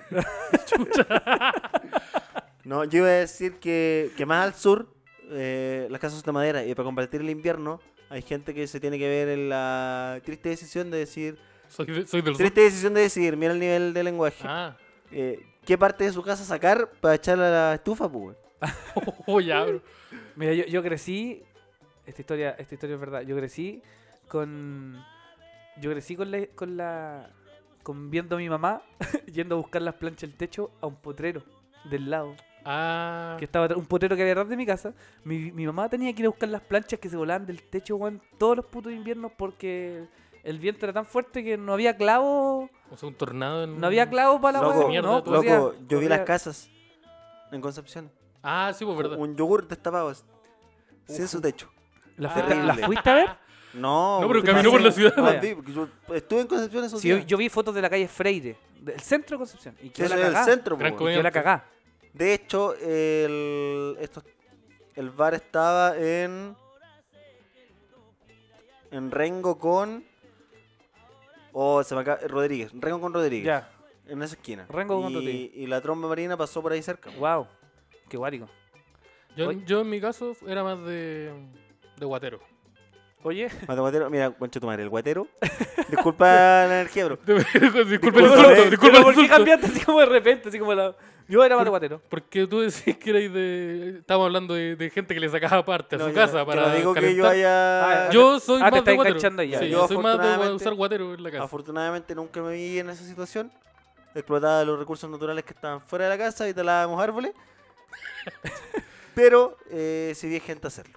No, yo iba a decir que, que más al sur, eh, las casas son de madera. Y para compartir el invierno, hay gente que se tiene que ver en la triste decisión de decir.
Soy, de- soy del sur.
Triste decisión de decidir, mira el nivel de lenguaje.
Ah, [LAUGHS]
Eh, ¿Qué parte de su casa sacar para echarla a la estufa, pues?
oh, ya, bro.
Mira, yo, yo crecí. Esta historia, esta historia es verdad. Yo crecí con. Yo crecí con la. Con la con viendo a mi mamá [LAUGHS] yendo a buscar las planchas del techo a un potrero del lado.
Ah,
Que estaba atr- un potrero que había atrás de mi casa. Mi, mi mamá tenía que ir a buscar las planchas que se volaban del techo, weón, todos los putos inviernos porque el viento era tan fuerte que no había clavo.
o sea, un tornado en.
No había clavo para la
Loco,
weá,
mierda,
¿no?
tú.
Loco,
Corría-
yo vi
corría-
las casas en Concepción.
Ah, sí, pues verdad.
Un yogur destapado así, sin
Uf.
su techo.
¿La fuiste,
Terrible.
la fuiste a ver?
No,
No, pero
fui
caminó por la ciudad.
no, sí, porque yo estuve en Concepción esos
Sí, yo,
días.
yo vi fotos de la calle Freire, del centro de Concepción. Y
Sí,
quedó
eso
la
es el
cagá.
centro, pues,
Gran
po,
comida.
Quedó la cagá.
weón. De hecho, el, esto- el bar estaba en. En Rengo con. Oh, se me acaba. Rodríguez. Rengo con Rodríguez.
Ya,
En esa esquina.
Rengo con
y,
Rodríguez.
Y la tromba marina pasó por ahí cerca.
wow. Qué guárico.
Yo,
Oye.
yo en mi caso era más de. de guatero. [LAUGHS]
Oye,
Mate, guatero, mira, concha tu madre, el
[LAUGHS]
guatero. Disculpa la energía, bro.
[LAUGHS]
[LAUGHS]
disculpa el
Disculpa,
insulto,
eh,
disculpa
¿por
el
qué
insulto.
cambiaste así como de repente? Así como la... Yo era mateguatero.
Porque tú decís que erais de. Estábamos hablando de, de gente que le sacaba parte a
No,
su
yo
casa
no- yo
para.
no digo que yo
calentar.
haya.
Ah,
Yo soy
Ah, te
más de
estáis
guatero.
cachando ahí, ya.
Sí,
Yo
yo soy más de
afortunadamente-
usar guatero en la casa.
Afortunadamente nunca me vi en esa situación. Explotaba los recursos naturales que estaban fuera de la casa y talábamos árboles. Pero eh, sí vi gente hacerlo.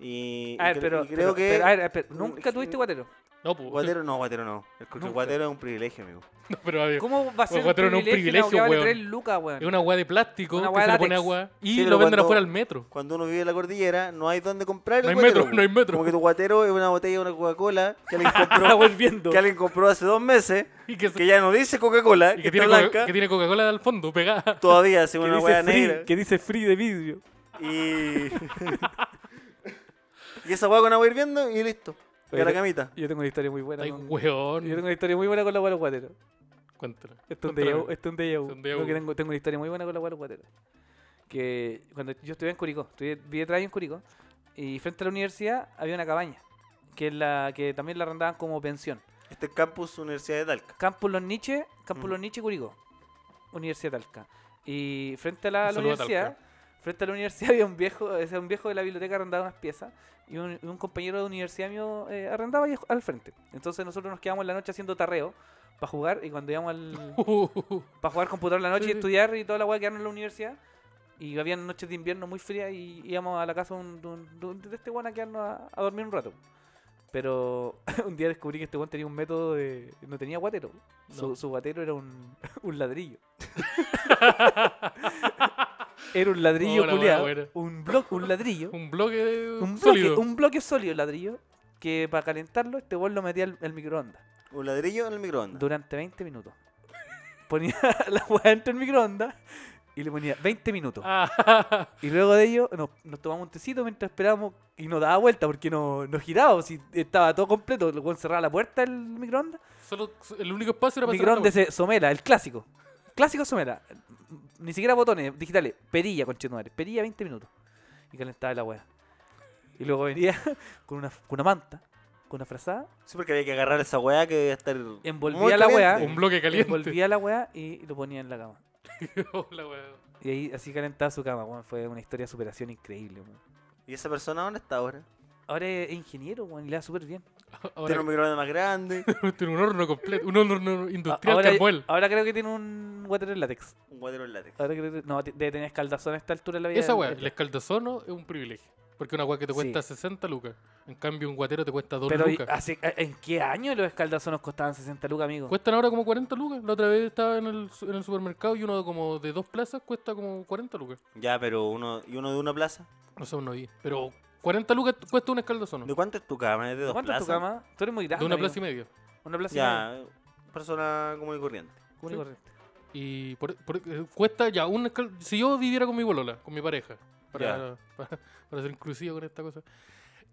Y,
A
y
ver,
cre-
pero...
y creo
pero-
que.
pero, a ver, a ver, nunca tuviste guatero.
No, pues.
Guatero no, guatero no. El cru-
Nunca.
guatero es un privilegio, amigo.
no, [LAUGHS] pero había-
¿Cómo va a ser guatero un
no es un
privilegio, una
privilegio,
weá vale
weón.
tres lucas,
Es
weón?
una agua de plástico
Una
que
hueá
se
de
le pone
látex.
agua y
Sí, pero
lo venden
cuando-
afuera al metro. [LAUGHS]
Cuando uno vive en la cordillera, no hay dónde comprar el
No hay
guatero,
metro,
güey.
no hay metro.
Como que tu guatero es una botella de una Coca-Cola que alguien
Está
compró,
volviendo.
que alguien compró hace dos meses,
Y que, se-
que ya no dice Coca-Cola,
y
que,
que
está
tiene Coca-
blanca,
que tiene Coca-Cola al fondo pegada.
todavía así
Que
una
dice
hueá
free,
negra.
que dice free de vidrio.
Y. y esa hueá con agua hirviendo y listo. Y a la
Oye,
camita.
Yo tengo una historia muy buena.
Ay,
con-
weón.
Yo tengo una historia muy buena con la guaro guatero.
Cuéntala.
Esto es un
Cuéntala.
déjà vu, esto es un déjà vu.
Es un déjà
Lo
vu.
que tengo, tengo una historia muy buena con la guaro guatero. Que cuando yo estuve en Curicó, estudié, viví tres años en Curicó, y frente a la universidad había una cabaña, que es la que también la arrendaban como pensión.
Este es campus Universidad de Talca.
Campus Los Niche, Campus
Mm.
Los Niche Curicó, Universidad de Talca. Y frente a la,
Un
la
saludo a
universidad, frente a la universidad [LAUGHS] había un viejo, o sea, un viejo de la biblioteca arrendaba unas piezas y un, y un compañero de universidad mío eh, arrendaba ahí al frente. Entonces nosotros nos quedábamos en la noche haciendo tarreo para jugar y cuando íbamos al, para jugar computador en la noche
Sí,
y
sí.
estudiar y toda la weá quedarnos en la universidad. Y había noches de invierno muy frías y íbamos a la casa de un- de un- de un- de este weón a quedarnos a, a dormir un rato. Pero [LAUGHS] un día descubrí que este weón tenía un método de. No tenía guatero. Su,
No.
su guatero era un, [LAUGHS]
[LAUGHS]
un ladrillo. era un ladrillo,
Oh, la weá
culiao,
buena.
Un, blo- un ladrillo
[LAUGHS] [LAUGHS] Un bloque
un bloque,
sólido.
un bloque sólido el ladrillo que para calentarlo este bol lo metía al, al microondas
Un ladrillo en el microondas.
durante 20 minutos. Ponía [LAUGHS] la hueá dentro del microondas y le ponía 20 minutos.
Ah,
Y luego de ello nos, nos tomamos un tecito mientras esperábamos y no daba vuelta porque no, no giraba, si estaba todo completo, el weón cerraba la puerta del microondas.
solo el único espacio era para cerrar la
microondas se somera, el clásico. Clásico somera. Ni siquiera botones digitales, perilla con perilla 20 minutos. Y calentaba la hueá. Y luego venía [LAUGHS] con una, con una manta, con una frazada,
Sí, porque había que agarrar esa weá que iba a estar.
Envolvía
muy
la weá.
weá.
caliente.
Un bloque caliente.
envolvía la hueá y lo ponía en la cama.
[LAUGHS] Hola, weá.
Y ahí así calentaba su cama, weón. Fue una historia de superación increíble, weón.
¿Y esa persona dónde está ahora?
Ahora es ingeniero, weón, y le da súper bien.
Tiene
Ahora
un microondas más grande,
[LAUGHS] tiene un horno completo, un horno
A-
industrial
Ahora,
Carmuel.
ahora creo que tiene un water en látex.
un guatero en látex.
Ahora creo que- no, te- debe tener escaldazón a esta altura de la vida.
Esa
del-
weá,
del-
el escaldazono es un privilegio. Porque una weá que te cuesta 60 lucas. En cambio, un guatero te cuesta 2
Pero ¿y ah,
lucas.
hace- a- ¿en qué año los escaldazonos costaban 60 lucas, amigo?
Cuestan ahora como 40 lucas. La otra vez estaba en el, su- en el supermercado y uno como de dos plazas cuesta como 40 lucas.
Ya, pero uno. ¿Y uno de una plaza?
No sé, uno vi. Pero 40 lucas cuesta un escaldazono.
¿De cuánto es tu cama? ¿Es de dos
¿Cuánto es tu
plazas?
cama? Tú eres muy grande.
De una
amigo.
plaza y media.
Una plaza y media.
Ya, persona común y corriente.
Común y
Sí.
corriente.
Y por- por- eh, cuesta ya un escal- Si yo viviera con mi bolola, con mi pareja, para, [LAUGHS] para, para ser inclusivo con esta cosa. [LAUGHS]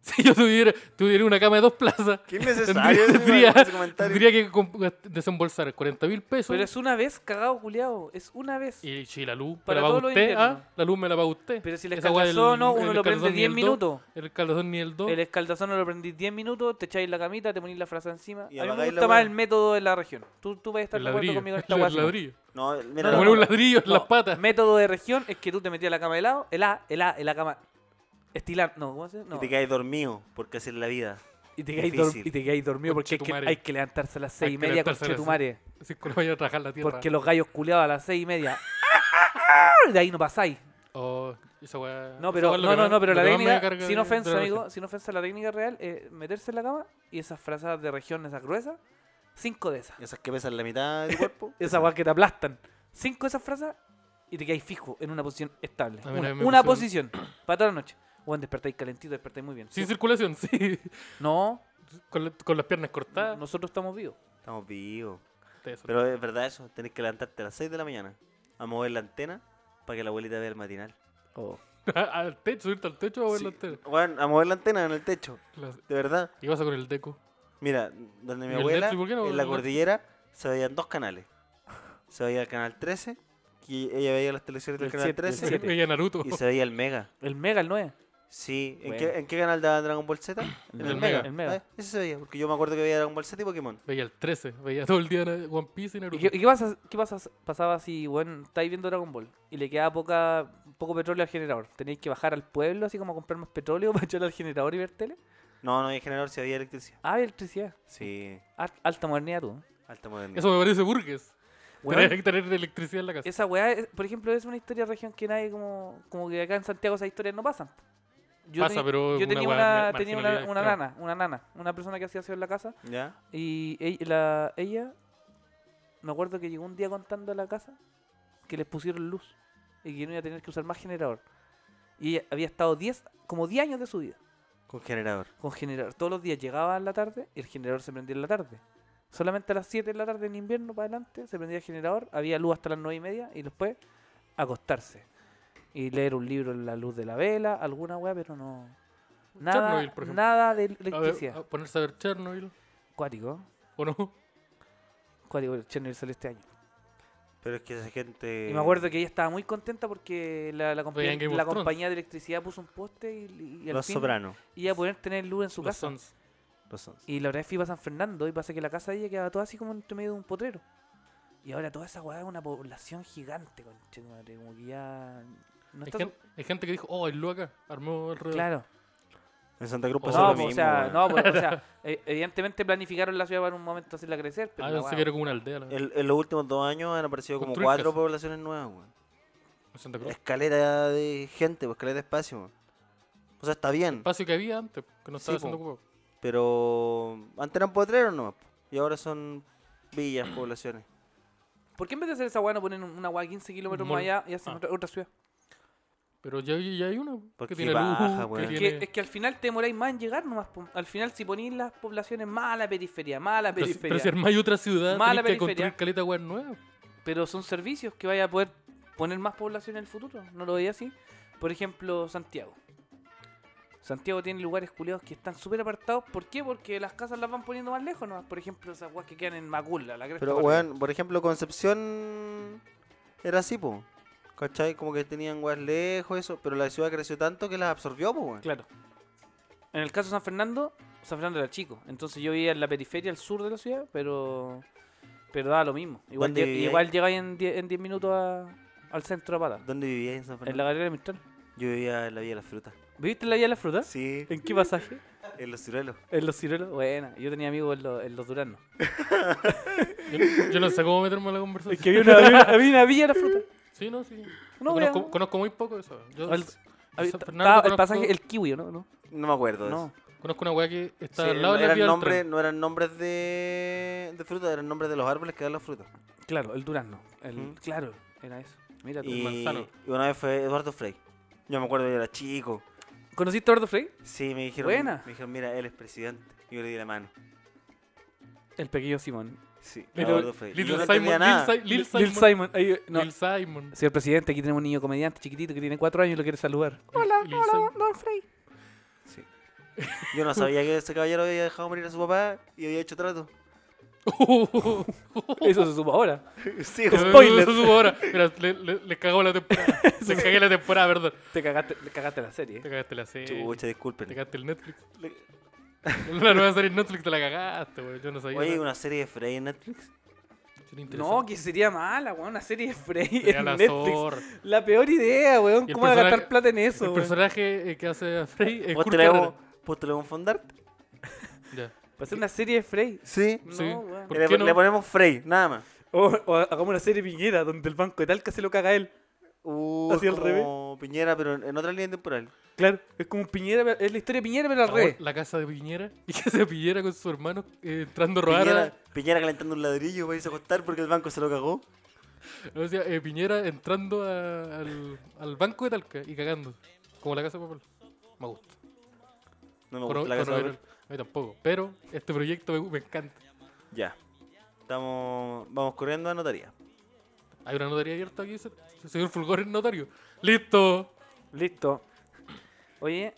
Si yo tuviera, tuviera una cama de dos
[LAUGHS]
plazas,
Qué
innecesario Tendría- ese tendría que comp- gast- desembolsar 40 mil pesos.
Pero es una vez, cagado, culiao. Es una vez.
Y si la luz
Para
me la paga
todos los
usted,
inviernos.
ah, la luz me la paga usted.
Pero si el
Esa weá del-
escaldazón uno
el
lo prende
escaldazón ni
10
el
minutos.
dos, El escaldazón ni el 2.
El escaldazón lo prendís 10 minutos, te echáis la camita, te ponís la frase encima.
Y
a mí me
apagáis la
gusta más
weá.
el método de la región. Tú, tú vas a estar
El
de acuerdo
ladrillo. [LAUGHS]
conmigo en esta
el
weá, Simón.
ladrillo.
No, mira,
No,
Poner
no,
un ladrillo en
No,
las patas. [LAUGHS]
Método de región es que tú te metías a la cama de lado, el A, el A, en la cama estilar, no, ¿cómo se dice? No.
Y te caes dormido, porque así es la vida.
Y te quedáis
difícil.
dorm- y te quedáis dormido porque hay que,
Conchetumare.
hay que levantarse a las seis
Hay
y
que
media con
levantarse a las
Chetumare.
Así que lo vaya a rajar la tierra.
Porque los gallos culeados a las seis
[LAUGHS]
y media. Y de ahí no pasáis.
Oh, esa weá-
No,
esa
pero,
weá es lo
no,
que
no,
más-
no, pero
lo
la
que más me
técnica,
carga
sin
de- de
ofensa,
la
amigo,
región.
sin ofensa, la técnica real es meterse en la cama y esas frases de región, esas gruesas, cinco de esas.
Esas que pesan la mitad del cuerpo.
Esas weas que te aplastan. Cinco de esas frases y te quedáis fijo en una posición estable.
A mí una
Una,
vez me
una
pusieron-
posición para toda la noche. Weón, despertáis calentito, despertáis muy bien.
Sin
Sí.
circulación, [LAUGHS] sí.
No,
Con, la- con las piernas cortadas.
nosotros estamos vivos.
Estamos vivos.
Ustedes [LAUGHS] son-
Pero es verdad eso, tenés que levantarte a las 6 de la mañana a mover la antena para que la abuelita vea el matinal.
Ah, al techo, subirte al techo o ver la
Sí,
tele.
Bueno, a mover la antena en el techo,
Las-
de verdad.
Y vas a con el deco.
Mira, donde
¿Y
mi
el
abuela,
Netflix por qué no?
en la
El-
cordillera, se veían dos canales. Se veía el canal 13, que ella veía las televisiones del
El
canal
siete, el
13,
[LAUGHS]
siete.
Veía Naruto.
y se veía el Mega.
El Mega, el 9.
Sí, ¿en,
Bueno.
qué, ¿en qué canal daba Dragon Ball Z? En
el Mega.
El Mega.
Ah, ese se veía, porque yo me acuerdo que veía Dragon Ball Z y Pokémon.
Veía el 13. Veía todo el día na- One Piece y
¿Y
Naruto.
qué, y qué pasa, qué pasa, pasaba si, bueno, estáis viendo Dragon Ball y le queda poca, poco petróleo al generador? ¿Tenéis que bajar al pueblo así como a comprar más petróleo [LAUGHS] para echarle al generador y ver tele?
No, no había generador, se había electricidad.
Ah, electricidad.
Sí,
Al- Alta modernidad tú.
alta modernidad.
Eso me parece burgues.
Weón,
Tener, tener [LAUGHS] electricidad en la casa.
esa weá, es- por ejemplo, es una historia de región que nadie como, como que acá en Santiago esas historias no pasan. Yo
Pasa,
teni-
pero es
yo
una
tenía
weá
una,
mar-
tenía una,
marginalidad
una
extrema.
nana, una nana, una persona que hacía aseo en la casa
¿Ya?
Y ella, la- ella, me acuerdo que llegó un día contando a la casa que les pusieron luz y que no iba a tener que usar más generador. Y ella había estado 10, como 10 años de su vida
Con generador.
con generador. Todos los días llegaba en la tarde y el generador se prendía en la tarde. Solamente a las 7 de la tarde en invierno para adelante se prendía el generador, había luz hasta las 9 y media y después acostarse. Y leer un libro en la luz de la vela, alguna weá, pero no. Nada,
Chernobyl, por ejemplo.
nada de
A ver, ah.
electricidad.
a ponerse a ver Chernobyl.
Cuático,
¿O no?
cuático, Chernobyl salió este año.
Pero es que esa gente...
Y me acuerdo que ella estaba muy contenta porque la, la, compa-
Veían Game of
la
Thrones.
compañía de electricidad puso un poste y, y al
Los
fin
Soprano.
iba a poder tener luz en su
Los
casa.
Sons.
Los Sons.
Y la otra vez fui para San Fernando y pasa que la casa de ella quedaba toda así como entre medio de un potrero. Y ahora toda esa weá es una población gigante, conchetumadre. Como que ya. No
Hay,
está.
gen- hay gente que dijo, oh, el acá, armó el
Claro.
En Santa Cruz
O sea,
pasó
No,
lo mismo.
pues, o sea,
weón.
no, pues, o sea,
[LAUGHS]
e- evidentemente planificaron la ciudad para un momento hacerla crecer, pero
Ah,
la
pensé
weá-
que era como una aldea. la-
En, en los últimos dos años han aparecido como
Construir
cuatro
casas.
poblaciones nuevas, weón.
Santa
[LAUGHS]
Cruz.
Escalera de gente, pues, escalera de espacio, weón. O sea, está bien,
espacio que había antes, que no estaba
Sí, po.
siendo ocupado.
pero antes eran potreros nomás. po, Y ahora son villas, poblaciones.
¿Por qué en vez de hacer esa weá no ponen una weá 15 kilómetros más
Mol-
allá y hacen
Ah.
otra, otra ciudad?
Pero ya, hay- ya hay una
¿Por
que
qué
tiene luz,
baja,
que
weón?
Es
tiene...
que, es que al final te demoráis más en llegar nomás. po. Al final, si ponéis las poblaciones más a la periferia, más a la
Pero, si- pero
periferia,
si
pero,
armáis otra ciudad,
Más a la
tenéis que construir
periferia.
caleta weas nueva.
son servicios que vaya a poder poner más población en el futuro. No lo veía así. Por ejemplo, Santiago. Santiago tiene lugares culeados que están súper apartados. ¿Por qué? Porque las casas las van poniendo más lejos nomás. Por ejemplo, esas weas que quedan en Macula, la cresta
Pero,
para arriba.
weón, por ejemplo, Concepción era así, po. ¿Cachai? Como que tenían weas lejos, eso. Pero la ciudad creció tanto que las absorbió, po, weón.
Claro. En el caso de San Fernando, San Fernando era chico. Entonces yo vivía en la periferia, al sur de la ciudad, pero. Pero daba lo mismo. Igual,
¿Dónde
lle-
vivíais?
igual llegáis en 10 en 10 minutos a- al centro a pata.
¿Dónde vivías en San
En la
Fernando?
galería de Mistral.
Yo vivía en la Villa de las Frutas.
¿Viviste en la Vía de las Frutas?
Sí,
¿En qué pasaje?
en los ciruelos.
¿En los ciruelos? Buena, yo tenía amigos en, los- en los duranos.
Yo, yo no sé cómo meterme en la conversación.
Es que había una, había- había una Villa de las Frutas.
Sí, no, sí.
No,
Yo
wea.
conozco, conozco muy poco de eso. Yo
Al-
de San
Había-
Fernando
estaba el
conozco-
pasaje, el kiwi, ¿no? No.
No me acuerdo de eso.
no.
Conozco una wea que está
Sí,
al lado de
no,
la
eran
vía del
nombres,
tren.
no eran nombres de, de frutas, eran nombres de los árboles que dan las frutas.
Claro, el durano. El,
Ujú.
Claro, era eso. Mira tú.
Y,
manzano.
y una vez fue Eduardo Frey. Yo me acuerdo, yo era chico.
¿Conociste a Eduardo Frey?
Sí, me dijeron,
Buena.
me dijeron, mira, él es presidente. Y yo le di la mano.
El pequeño Simón.
Sí,
Pero
Eduardo Frey. Y yo
Little
no
Simon,
entendía nada.
Lil Si- Lil Simon.
Lil Simon. ahí- no,
Lil Simon.
Señor presidente, aquí tenemos un niño comediante chiquitito que tiene cuatro años y lo
[LAUGHS]
quiere saludar.
Hola, hola, [LAUGHS]
Sí. Yo no sabía que ese caballero había dejado morir a su papá y había hecho trato.
Eso se supo ahora.
Sí,
Spoiler. [LAUGHS] Mira, le, le, le cagó la
[LAUGHS]
temporada. le cagué la temporada, perdón.
Te cagaste, le cagaste la serie. eh.
Te cagaste la serie.
Chucha,
Eh, Te
disculpen.
cagaste el Netflix. [LAUGHS]
Le-
La nueva serie en Netflix te la cagaste, güey. Yo no sabía.
Oye,
nada.
una serie de Frey en Netflix.
Sería interesante.
No, que sería mala, weón. Una serie de Frey
Sería
en
la
Netflix.
zorra.
La peor idea, weón.
Y el
¿Cómo va a gastar
personaje-
plata en eso,
El
weón?
personaje eh, que hace a Frey es
¿Vos
Kurt
te le
Carrera.
vamos- vos te le vamos a fondar?
Ya.
Para hacer una serie de Frey.
Sí.
No,
Sí.
weón.
¿Por
Le,
qué
le
no?
ponemos Frey, nada más.
O, o hagamos una serie piñera donde el banco de Talca se lo caga él.
Uh,
Así
es
al revés.
como Piñera, pero en en otra línea temporal.
Claro, es como un piñera, pero- es la historia de piñera, pero al revés.
La casa de Piñera. [LAUGHS] Y que se Piñera con su hermano eh, entrando a robar. a-
Piñera, Piñera calentando un ladrillo para irse a acostar porque el banco se lo cagó.
O sea, eh, Piñera entrando a- al, al banco de Talca y cagando. Como la casa de papel. Me gusta.
No me
Cono-
gusta la casa de
conover- A mí tampoco. Pero este proyecto me, me encanta.
papel. Ya. Estamos, vamos corriendo a notaría.
Hay una notaría abierta aquí. se- Señor Fulgor es notario. ¡Listo!
Listo. Oye,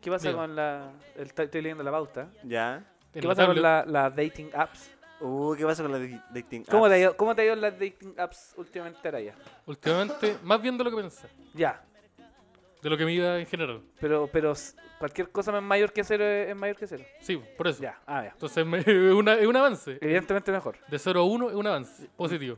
¿qué pasa
Diga.
con la. el- estoy leyendo la pauta.
Ya.
¿Qué
En la
pasa con
tablet.
la- las dating apps?
Uh, ¿qué pasa con la di- Ah, dating
¿Cómo
apps?
te, ha ido, ¿Cómo te ha ido en las dating apps últimamente, Araya?
Últimamente, más bien de lo que pensé.
Ya,
De lo que me iba en general.
pero, pero s- cualquier cosa es mayor que cero eh, es es mayor que cero.
Sí, por eso.
Ya, ah, ya.
Entonces me- [LAUGHS] es, una- es un avance.
Evidentemente mejor.
De 0 a 1 es un avance. Positivo.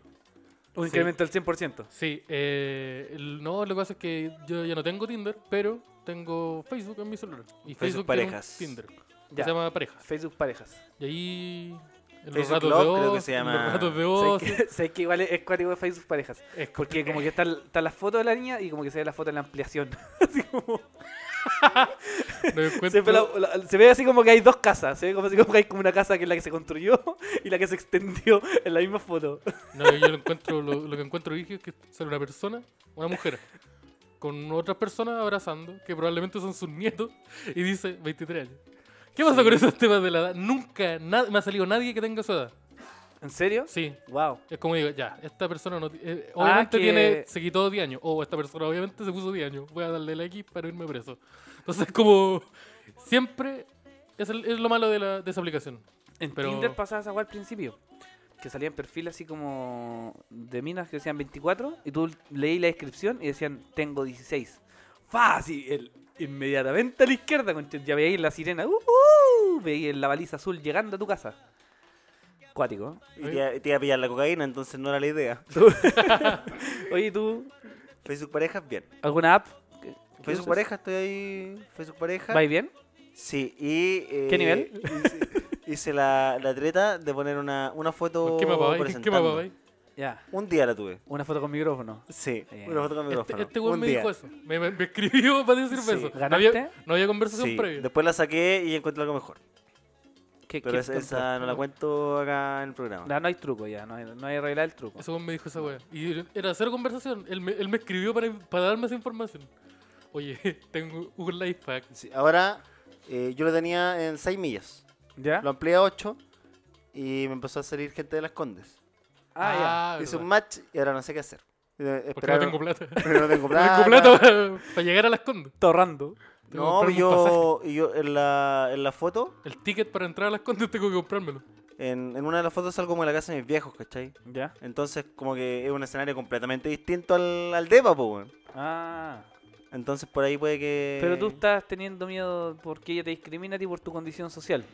Un
Sí.
incremento del 100%.
Sí, eh, el- no, lo que pasa es que yo ya no tengo Tinder, pero tengo Facebook en mi celular. Y
Facebook
Facebook, tiene un
Parejas.
Tinder. que
Ya.
Se llama Parejas.
Facebook parejas.
Y ahí. En los
Facebook
ratos
Love,
de
creo que
ocio,
se
en
llama.
los ratos de
¿Sabes
ocio.
[LAUGHS] que, sabes que igual es, es cuático de Facebook parejas?
Es co-
Porque como que está, está la foto de la niña y como que se ve la foto en la ampliación. Así como,
[LAUGHS]
no encuentro-
se, ve la- la- se ve así como que hay dos casas. Se ve como, así como que hay como una casa que es la que se construyó [LAUGHS] y la que se extendió [LAUGHS] en la misma foto.
No, yo lo encuentro, lo, lo que encuentro vigio es que sale una persona, una mujer, con otras personas abrazando, que probablemente son sus nietos, y dice 23 años. ¿Qué pasa con esos temas de la edad? Nunca na- me ha salido nadie que tenga su edad.
¿En serio?
Sí.
Wow.
Es como digo, ya, esta persona no ti- eh,
Ah,
obviamente
que-
tiene, se quitó 10 años. O esta persona obviamente se puso 10 años. Voy a darle la X para irme preso. Entonces, como siempre, es, el- es lo malo de, la, de esa aplicación.
En
Pero-
Tinder pasaba esa weá al principio. Que salían perfiles así como de minas que decían 24 y tú leí la descripción y decían tengo 16. Fácil, el- inmediatamente a la izquierda, conche- ya veía ahí la sirena, uh, uh, veía la baliza azul llegando a tu casa. Cuático. ¿eh?
Y te, iba- te iba a pillar la cocaína, entonces no era la idea. [LAUGHS]
Oye, ¿tú?
Facebook parejas, bien.
¿Alguna app? ¿Qué- qué
Facebook
usas?
pareja, estoy ahí. Facebook pareja.
¿Vais bien?
Sí, y. eh,
¿Qué nivel?
hice- Hice la, la treta de poner una, una foto.
¿Por ¿Qué mapa vais? ¿Qué mapa
Oh, presentando.
vais?
Ya.
Un día la tuve.
Una foto con micrófono.
Sí,
Bien.
una foto con micrófono.
Este, este weón
un
me
día.
dijo eso. Me, me- me escribió [LAUGHS] para decirme
Sí.
eso. No
¿Ganaste?
había, no había conversación
Sí,
previa.
Después la saqué y encontré algo mejor.
¿Qué-
Pero
qué
esa, esa no la cuento acá en el programa.
No, no hay truco ya, no hay, no hay regla del truco.
Ese weón me dijo esa weá. Y era cero conversación. Él me, él me escribió para, para darme esa información. Oye, [LAUGHS] tengo un life hack.
Sí, ahora eh, yo lo tenía en 6 millas.
¿Ya?
Lo amplié a 8 y me empezó a salir gente de las Condes.
Ah,
Hice un
verdad.
match y ahora no sé qué hacer. Eh,
Porque no
esperaron-
tengo plata.
[LAUGHS]
[LAUGHS] No
Pero no tengo plata.
tengo plata [LAUGHS] para, para llegar a las condes.
ya. Está ahorrando.
Tengo que
No,
comprarme un pasaje.
yo, y yo en, la, en la foto,
El ticket para entrar a las condes tengo que comprármelo.
en, en una de las fotos salgo como de la casa de mis viejos, ¿cachai?
¿Ya?
Entonces, como que es un escenario completamente distinto al, al DEPA, po, weón.
Ah.
Entonces, por ahí puede que.
Pero tú estás teniendo miedo porque ella te discrimina a ti por tu condición social.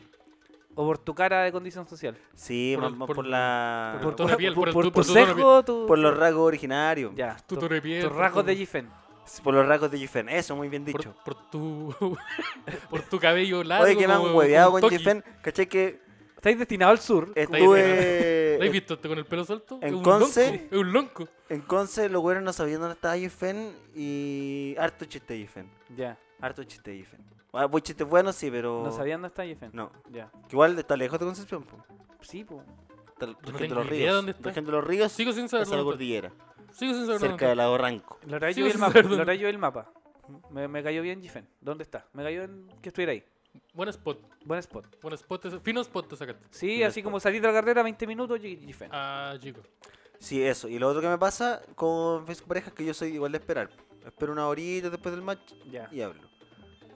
O por tu cara de condición social.
Sí,
por
más
el-
más
por-
por, la.
por
Por,
el tono de piel, por el-
por
por
tu
tu tono de
sesgo, tu...
los rasgos originarios.
Ya.
Tu
tu-
tono de piel,
Tus
por
rasgos
tu-
de Gifen.
Por los rasgos de Jifen. Eso, muy bien dicho.
Por, por tu [LAUGHS] por tu cabello largo.
Oye, que me han
como
hueveado
un
con
toki.
Jifen. ¿Cachai que
Estáis destinados al sur.
Eh,
¿Lo has
estuve.
visto este con el pelo suelto?
en
es un
Conce-
lonco. Es un lonco.
En Conce, los güeros no sabían dónde estaba Jifen y. Harto chiste de Jifen.
Ya.
Harto chiste de Jifen. Ah, pues chistes buenos, sí, pero.
No sabían dónde está Gifen.
No.
Ya.
Que igual está lejos de Concepción, po.
Sí, pues.
Está la región
tengo
de los
idea
ríos.
dónde está.
Región de los ríos.
Sigo sin saber
Es la
dónde está.
cordillera.
Sigo sin saber
Cerca
dónde
del lago Ranco.
La verdad
Sí,
yo vi el
sí,
mapa.
perdón.
La verdad yo vi el mapa. Me, me cayó bien Gifen. ¿Dónde está? Me cayó en que estuviera ahí.
está. Buen spot.
Buen spot.
Buen spot. ese- Fino spot te sacaste.
Sí,
Buen
así
spot.
como salir de la carrera 20 minutos y Gifen.
Ah, chico.
Sí, eso. Y lo otro que me pasa con Facebook parejas es que yo soy igual de esperar. Espero una horita después del match
Ya.
y hablo.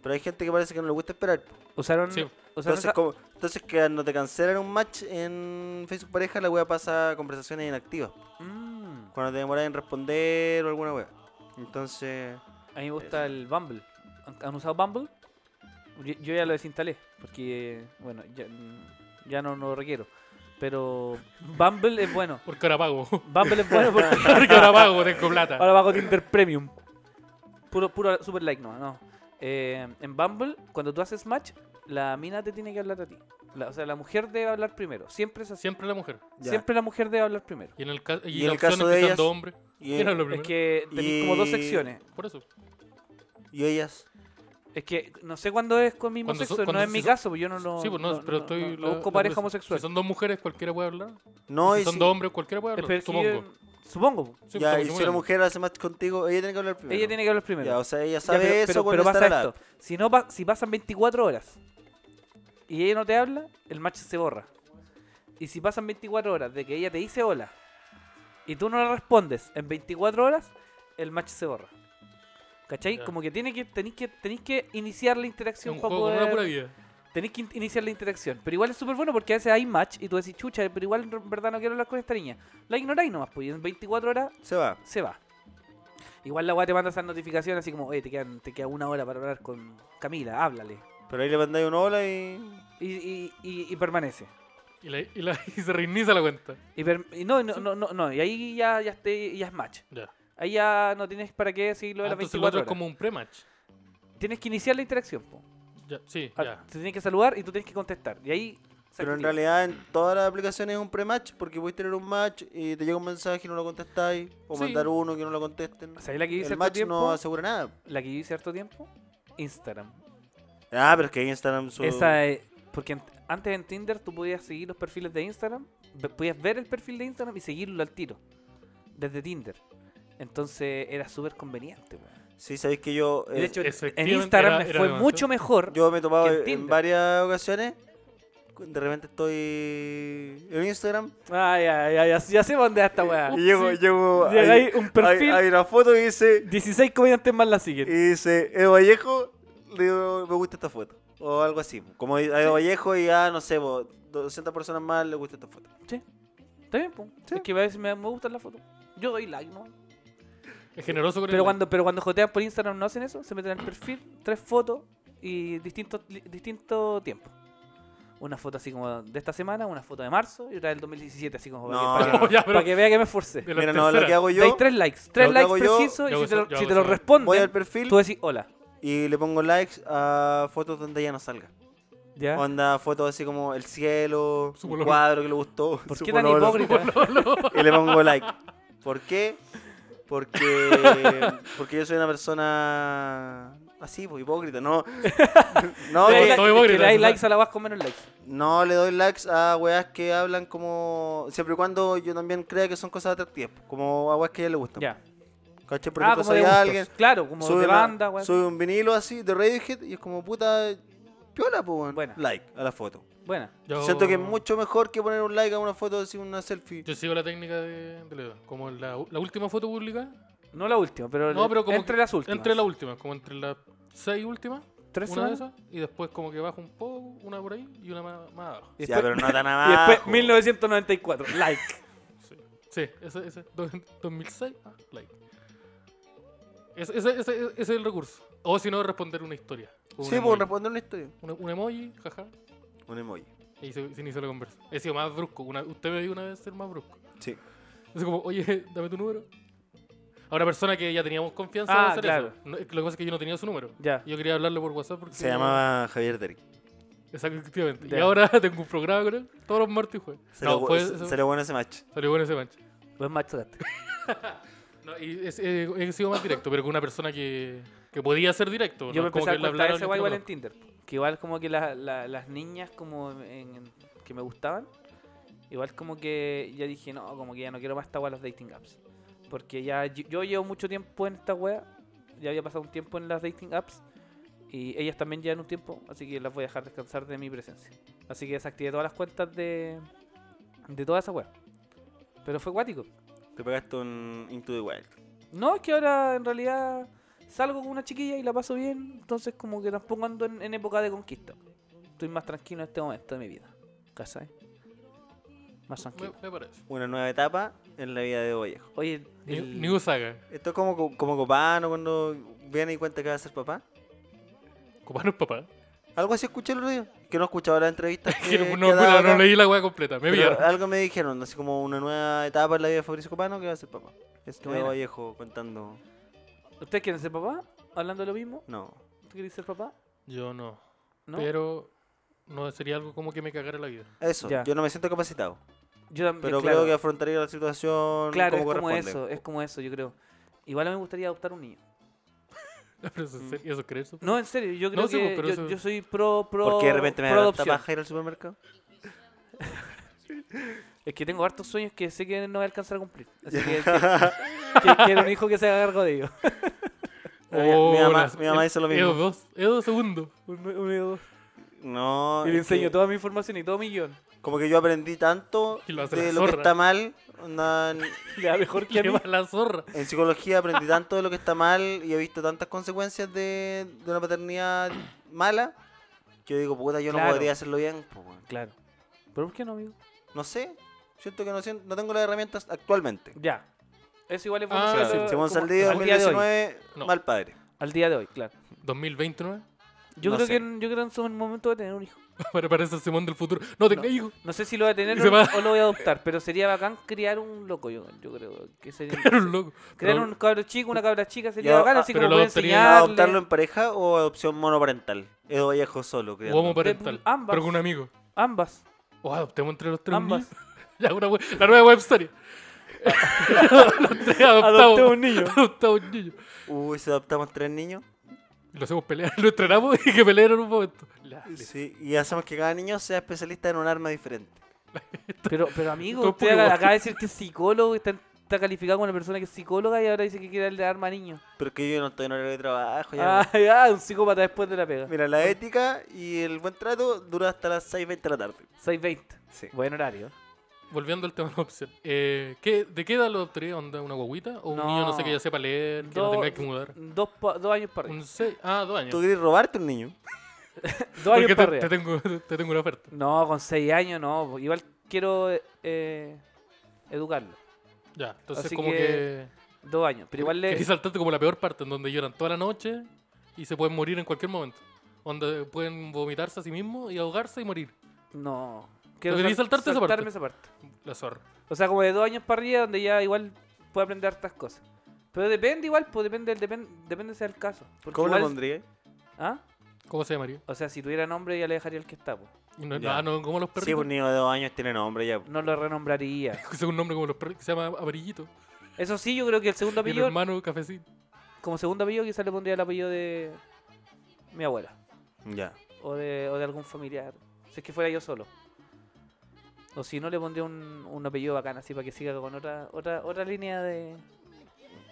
Pero hay gente que parece que no le gusta esperar.
Usaron.
Sí.
usaron
Entonces,
esa-
como, entonces que cuando te cancelan un match en Facebook pareja, la wea pasa a conversaciones inactivas.
Mm,
Cuando te demoras en responder o alguna wea. Entonces,
a mí me gusta el Bumble. ¿Han- ¿Han usado Bumble? Yo, yo ya lo desinstalé. Porque, bueno, ya, mm, ya no lo requiero. Pero Bumble es bueno.
Porque ahora [LAUGHS] pago.
Bumble es bueno porque [LAUGHS]
Porque ahora pago, tengo plata.
Ahora bajo Tinder Premium. Puro, puro super like no, no. Eh, en Bumble, cuando tú haces match, la mina te tiene que hablar a ti. La- o sea, la mujer debe hablar primero. Siempre es así.
Siempre la mujer.
ya.
Siempre la mujer debe hablar primero.
Y en el, ca- y
Y
la
en el
opción
caso de
empezando
ellas-
hombre.
Y,
¿Quién habla
Es
primero?
que tenéis como dos
Y-
secciones.
Por eso.
y ellas.
Es que no sé cuándo es con el mismo
Cuando so-
sexo. no
cuando
es
si
mi
so-
caso, porque yo no lo.
sí, pues no, pero estoy.
no
la-
busco
la-
pareja
por eso.
homosexual.
Si son dos mujeres, cualquiera puede hablar.
No,
si
y
son
si-
dos hombres, cualquiera puede
Pero
hablar.
es que yo-
supongo.
supongo. pues.
Sí, pues,
ya,
estamos
y si
suponiendo.
una mujer hace match contigo, ella tiene que hablar primero.
Ella tiene que hablar primero.
Ya, o sea, ella
Ya,
sabe
pero,
eso
pero-
por
pero
estar
pasa
al lado.
esto. Si, no pa- si pasan 24 horas y ella no te habla, el match se borra. Y si pasan 24 horas de que ella te dice hola y tú no le respondes en 24 horas, el match se borra. ¿Cachai?
Ya.
Como que tiene que tenéis que tenéis que iniciar la
Es un
interacción para
juego con una pura
poder
vida.
tenéis que in- iniciar la interacción, pero igual es súper bueno porque a veces hay match y tú decís, "Chucha, pero igual en verdad no quiero hablar con esta niña." La ignoráis nomás, pues y en 24 horas
Se va.
se va. Igual la weá te manda esas notificaciones así como, oye, te, quedan, te queda una hora para hablar con Camila, háblale.
Pero ahí le mandáis un hola y.
Y, y, y- y permanece.
Y, la- [LAUGHS] y la- y se reinicia la cuenta.
Y, per- y no, no, no, no, no, y ahí ya, ya, esté- ya es match.
Ya.
Ahí ya no tienes para qué decir lo de
Ah,
las
entonces el otro
24
es
horas.
como un pre-match.
Tienes que iniciar la interacción. po.
Ya, sí,
Ah,
ya.
Te tienes que saludar y tú tienes que contestar. Y ahí... se
Pero en
activa.
realidad en todas las aplicaciones es un pre-match porque podéis tener un match y te llega un mensaje y no lo contestáis. O
Sí.
mandar uno que no lo contesten.
¿Sabes la que hice
El
harto
match
tiempo?
no asegura nada.
La que hice harto tiempo. Instagram.
Ah, pero es que Instagram su...
Esa es... Porque en- antes en Tinder tú podías seguir los perfiles de Instagram, ve- podías ver el perfil de Instagram y seguirlo al tiro. Desde Tinder. Entonces era súper conveniente. weón.
Sí, sabéis que yo...
Y De
eh,
hecho, en
efectivamente
Instagram
era-
me
era
fue
demasiado.
mucho mejor.
yo me he topado
que en
en,
Tinder.
varias ocasiones. De repente estoy en Instagram
Ay, ay, ay, así ya sé dónde es esta weá.
y llego... llego
Llega ahí un perfil,
Hay, hay una foto y dice...
16 comediantes más la
Y
siguen.
dice, Edo Vallejo, le digo, me gusta esta foto. O algo así. Como a Edo Vallejo y a, no sé, po, 200 personas más le gusta esta foto.
Está bien, po.
Sí.
Es que a veces me, me gustan las fotos. Yo doy like, ¿no?
Es generoso con el [LAUGHS]
Pero cuando, pero cuando jotean por Instagram no hacen eso, se meten al perfil, tres fotos y distintos distinto tiempo. una foto así como de esta semana, una foto de marzo y otra del 2017, así como para,
No,
que, para, que,
no, Oh, ya, pero-
para que vea que me esforcé.
De la
Mira, no, lo
tercera.
que hago yo,
Dais tres likes, tres
que
likes
hago yo-
Yo
precisos y
hago
si te,
eso,
lo-
yo
si
hago
te
eso.
lo
voy al
responden,
perfil
tú decís hola.
y le pongo likes a fotos donde ella no salga.
¿Ya?
Onda, fotos así como el cielo,
Su
un
pololo.
cuadro que le gustó.
¿Por
su
qué tan
[LAUGHS]
pololo.
hipócrita?
Y le pongo like. ¿Por qué? Porque, porque yo soy una persona así, pues, hipócrita, no.
[LAUGHS]
No,
Todo-
Le dais
que-
todo
like-
hipócrita,
que le
¿no?
dais likes a la vas con menos likes.
no le doy likes a weas que hablan como. Siempre y cuando yo también crea que son cosas atractivas, pues, como a weas que a ella le gustan.
Ya.
¿Cachai? Por
Ah,
ejemplo,
como
soy
de
alguien.
gustos. Claro, como
sube,
de
una-
banda, weón.
sube un vinilo así de Radiohead y es como puta piola, pues, weón.
Buena.
Like a la foto.
Buena.
Yo-
Siento que es mucho mejor que poner un like a una foto así, una selfie.
Yo sigo la técnica de, de Leo. Como la, u- la última foto publicada.
No la última, pero,
No, pero como
entre
que-
las últimas.
Entre las últimas, como entre las seis últimas.
¿Tres
una de
semanas?
esas. Y después como que bajo un poco, una por ahí y una más, más abajo.
Y
ya, pero no tan
y
abajo.
después 1994, like.
Sí, sí ese, ese, do- [LAUGHS] 2006, ah, like. Ese, ese, ese- ese es el recurso. O si no, responder una historia. con un
Sí, pues
emoji.
responder una historia.
Una- un emoji, jaja.
Un emoji.
Y se, se inicia la conversa. He sido más brusco. Una, usted me dijo una vez ser más brusco.
Sí.
Es como, oye, [LAUGHS] dame tu número. A una persona que ya teníamos confianza
Ah,
para hacer
claro.
eso. No, es que lo que pasa es que yo no tenía su número.
Ya.
Yo quería hablarle por WhatsApp porque.
Se llamaba Javier Derek.
Exacto, efectivamente. Y
Ya.
ahora [LAUGHS] tengo un programa con él todos los martes y jueves.
Salió,
no,
bu-
fue.
se-
eso-
salió bueno ese match.
Salió bueno ese mancha.
Buen este. match sacaste.
No, y es- eh, he sido más directo, pero con una persona que, que podía ser directo. no
Yo me
es como
empecé a
que le
contar
hablaron este
ese
y
guay
todo
igual
lo-
en Tinder. Que igual como que la- la- las niñas como en- en- que me gustaban, igual como que ya dije, no, como que ya no quiero más esta wea de las dating apps. Porque ya yo, yo llevo mucho tiempo en esta wea, ya había pasado un tiempo en las dating apps y ellas también llevan un tiempo, así que las voy a dejar descansar de mi presencia. Así que desactivé todas las cuentas de, de toda esa wea. Pero fue cuático.
Te pegaste un Into the Wild.
No, es que ahora en realidad salgo con una chiquilla y la paso bien, entonces como que tampoco ando en, en época de conquista. Estoy más tranquilo en este momento de mi vida. ¿Cachai? Más tranquilo.
Me, me parece.
Una nueva etapa en la vida de Vallejo.
Oye,
Ni-
el-
New Saga.
Esto es como, co- como Copano cuando viene y cuenta que va a ser papá.
Copano es papá.
Eh,
Algo así escuché el otro día. Que no escuchaba la entrevista.
[LAUGHS] Que
que-
no,
que
no-
daba
no
acá.
leí la weá completa. Me
Pero
vieron.
Algo me dijeron, así como una nueva etapa en la vida de Fabricio Copano que va a ser papá. Es
Qué
nuevo
buena.
Vallejo contando.
¿ustedes quieren ser papá? Hablando de lo mismo,
No.
¿tú querés ser papá?
Yo no.
¿No?
Pero no sería algo como que me cagara la vida. [LAUGHS]
Eso,
Ya.
yo no me siento capacitado.
Yo también,
Pero
claro,
creo que afrontaría la situación
claro,
como
es como
corresponde.
eso, es como eso, yo creo. Igual a mí me gustaría adoptar un niño.
Pero eso, es
Mm.
serio, eso crees. eso?
No, en serio, yo creo
No, sí, pues,
que
pero
yo,
eso-
yo soy pro, pro,
¿Por qué de repente me
pro
da tanta
adopción.
paja ir al supermercado?
Es que tengo hartos sueños que sé que no voy a alcanzar a cumplir.
[LAUGHS]
Así que, que- que quiero un hijo que se haga cargo de ellos.
Mi- mi mamá-
las-
mi mamá
el-
hizo lo mismo.
Oh, Edo dos, Edo segundo.
Un- un hijo.
No.
Y le
es que
enseño toda mi información y todo mi guión.
Como que yo aprendí tanto
Y lo hace
de
la
lo que
zorra.
está mal. onda, en,
Le da
[LAUGHS]
mejor que a [LAUGHS]
Que
mí.
va la zorra.
en psicología aprendí tanto de lo que está mal y he visto tantas consecuencias de, de una paternidad mala que yo digo, puta, yo no
Claro.
podría hacerlo bien. po, weón.
Claro. ¿Pero por qué no, amigo?
No sé. Siento que no, sien- no tengo las herramientas actualmente.
Ya. Eso igual es
Ah,
hacerlo
sí,
como-
Simón Saldío,
al día de hoy.
2019,
No.
mal padre.
Al día de hoy, claro.
2029.
Yo
No
creo
sé.
que en- yo creo que es un momento de tener un hijo.
[LAUGHS] Para parecer Simón del futuro. No tenga
No.
hijo.
No sé si lo voy a tener
Y se
o,
va.
o lo voy a adoptar, pero sería bacán criar un loco, yo, yo creo. Que sería,
[LAUGHS] Era un loco.
crear
Pero-
un cabro chico, una cabra chica sería
Yo-
bacán,
ah,
así
pero lo
como puede
adoptaría-
enseñarle.
¿Adoptarlo en pareja o adopción monoparental? Edo Vallejo solo,
O homo
creo.
parental.
ambas.
Pero con un amigo.
Ambas.
O adoptemos entre los tres. un
Ambas.
niño. Ya, una we- la nueva web
[LAUGHS]
serie. los tres adoptamos.
Adopté un niño.
Adoptamos un niño.
Uy, si adoptamos tres niños.
Y Lo hacemos pelear. Lo entrenamos y que peleen en un momento. La-
Sí, y hacemos que cada niño sea especialista en un arma diferente.
Pero, pero amigo,
Todo
usted
puro
acaba,
guapo.
acaba de decir que es psicólogo, está, está calificado como una persona que es psicóloga y ahora dice que quiere darle arma a niños.
Pero que yo no estoy en horario de trabajo. ya,
Ah, [LAUGHS] ya, un psicópata después de la pega.
pues. Mira, la ética y el buen trato dura hasta las 6.20 de la tarde.
6.20.
Sí.
Buen horario.
Volviendo al tema de la opción. Eh, ¿qué- ¿De qué edad lo adoptaría? ¿Onda una guaguita? ¿O un
No.
niño, no sé, que ya sepa leer, que no
Dos-
tenga que mudar?
Dos, pa- dos años para arriba.
Un seis- Ah, dos años.
¿Tú querés robarte un niño?
Dos años
Porque
para
te,
arriba.
te tengo, [LAUGHS] te tengo una oferta.
No, con seis años no. po. Igual quiero eh, educarlo.
Ya, entonces
Así
como
que-
que...
Dos años. Pero igual
Quería
le...
saltarte como la peor parte, en donde lloran toda la noche y se pueden morir en cualquier momento. Donde pueden vomitarse a sí mismos y ahogarse y morir.
No. Quiero
querías
sal-
saltarte esa parte?
saltarme esa parte.
La zorra.
O sea, como de dos años para arriba, donde ya igual puede aprender hartas cosas. Pero depende igual, pues depende, depende, depende sea el caso. Porque
¿Cómo lo
igual-
pondría?
¿Ah?
¿Cómo se llamaría?
O sea, si tuviera nombre ya le dejaría el que está, po.
Y No,
Ya.
ah, no, como los perritos.
Sí, pues, un niño de dos años tiene nombre ya.
No lo renombraría.
[LAUGHS] Que sea un nombre como los perros que se llama Amarillito.
Eso sí, yo creo que
[LAUGHS]
el segundo
Mi
apellido,
hermano Cafecín.
como segundo apellido, quizás le pondría el apellido de mi abuela.
Ya.
O de, o de algún familiar. Si es que fuera yo solo. O si no, le pondría un, un apellido bacán, así para que siga con otra otra otra línea de...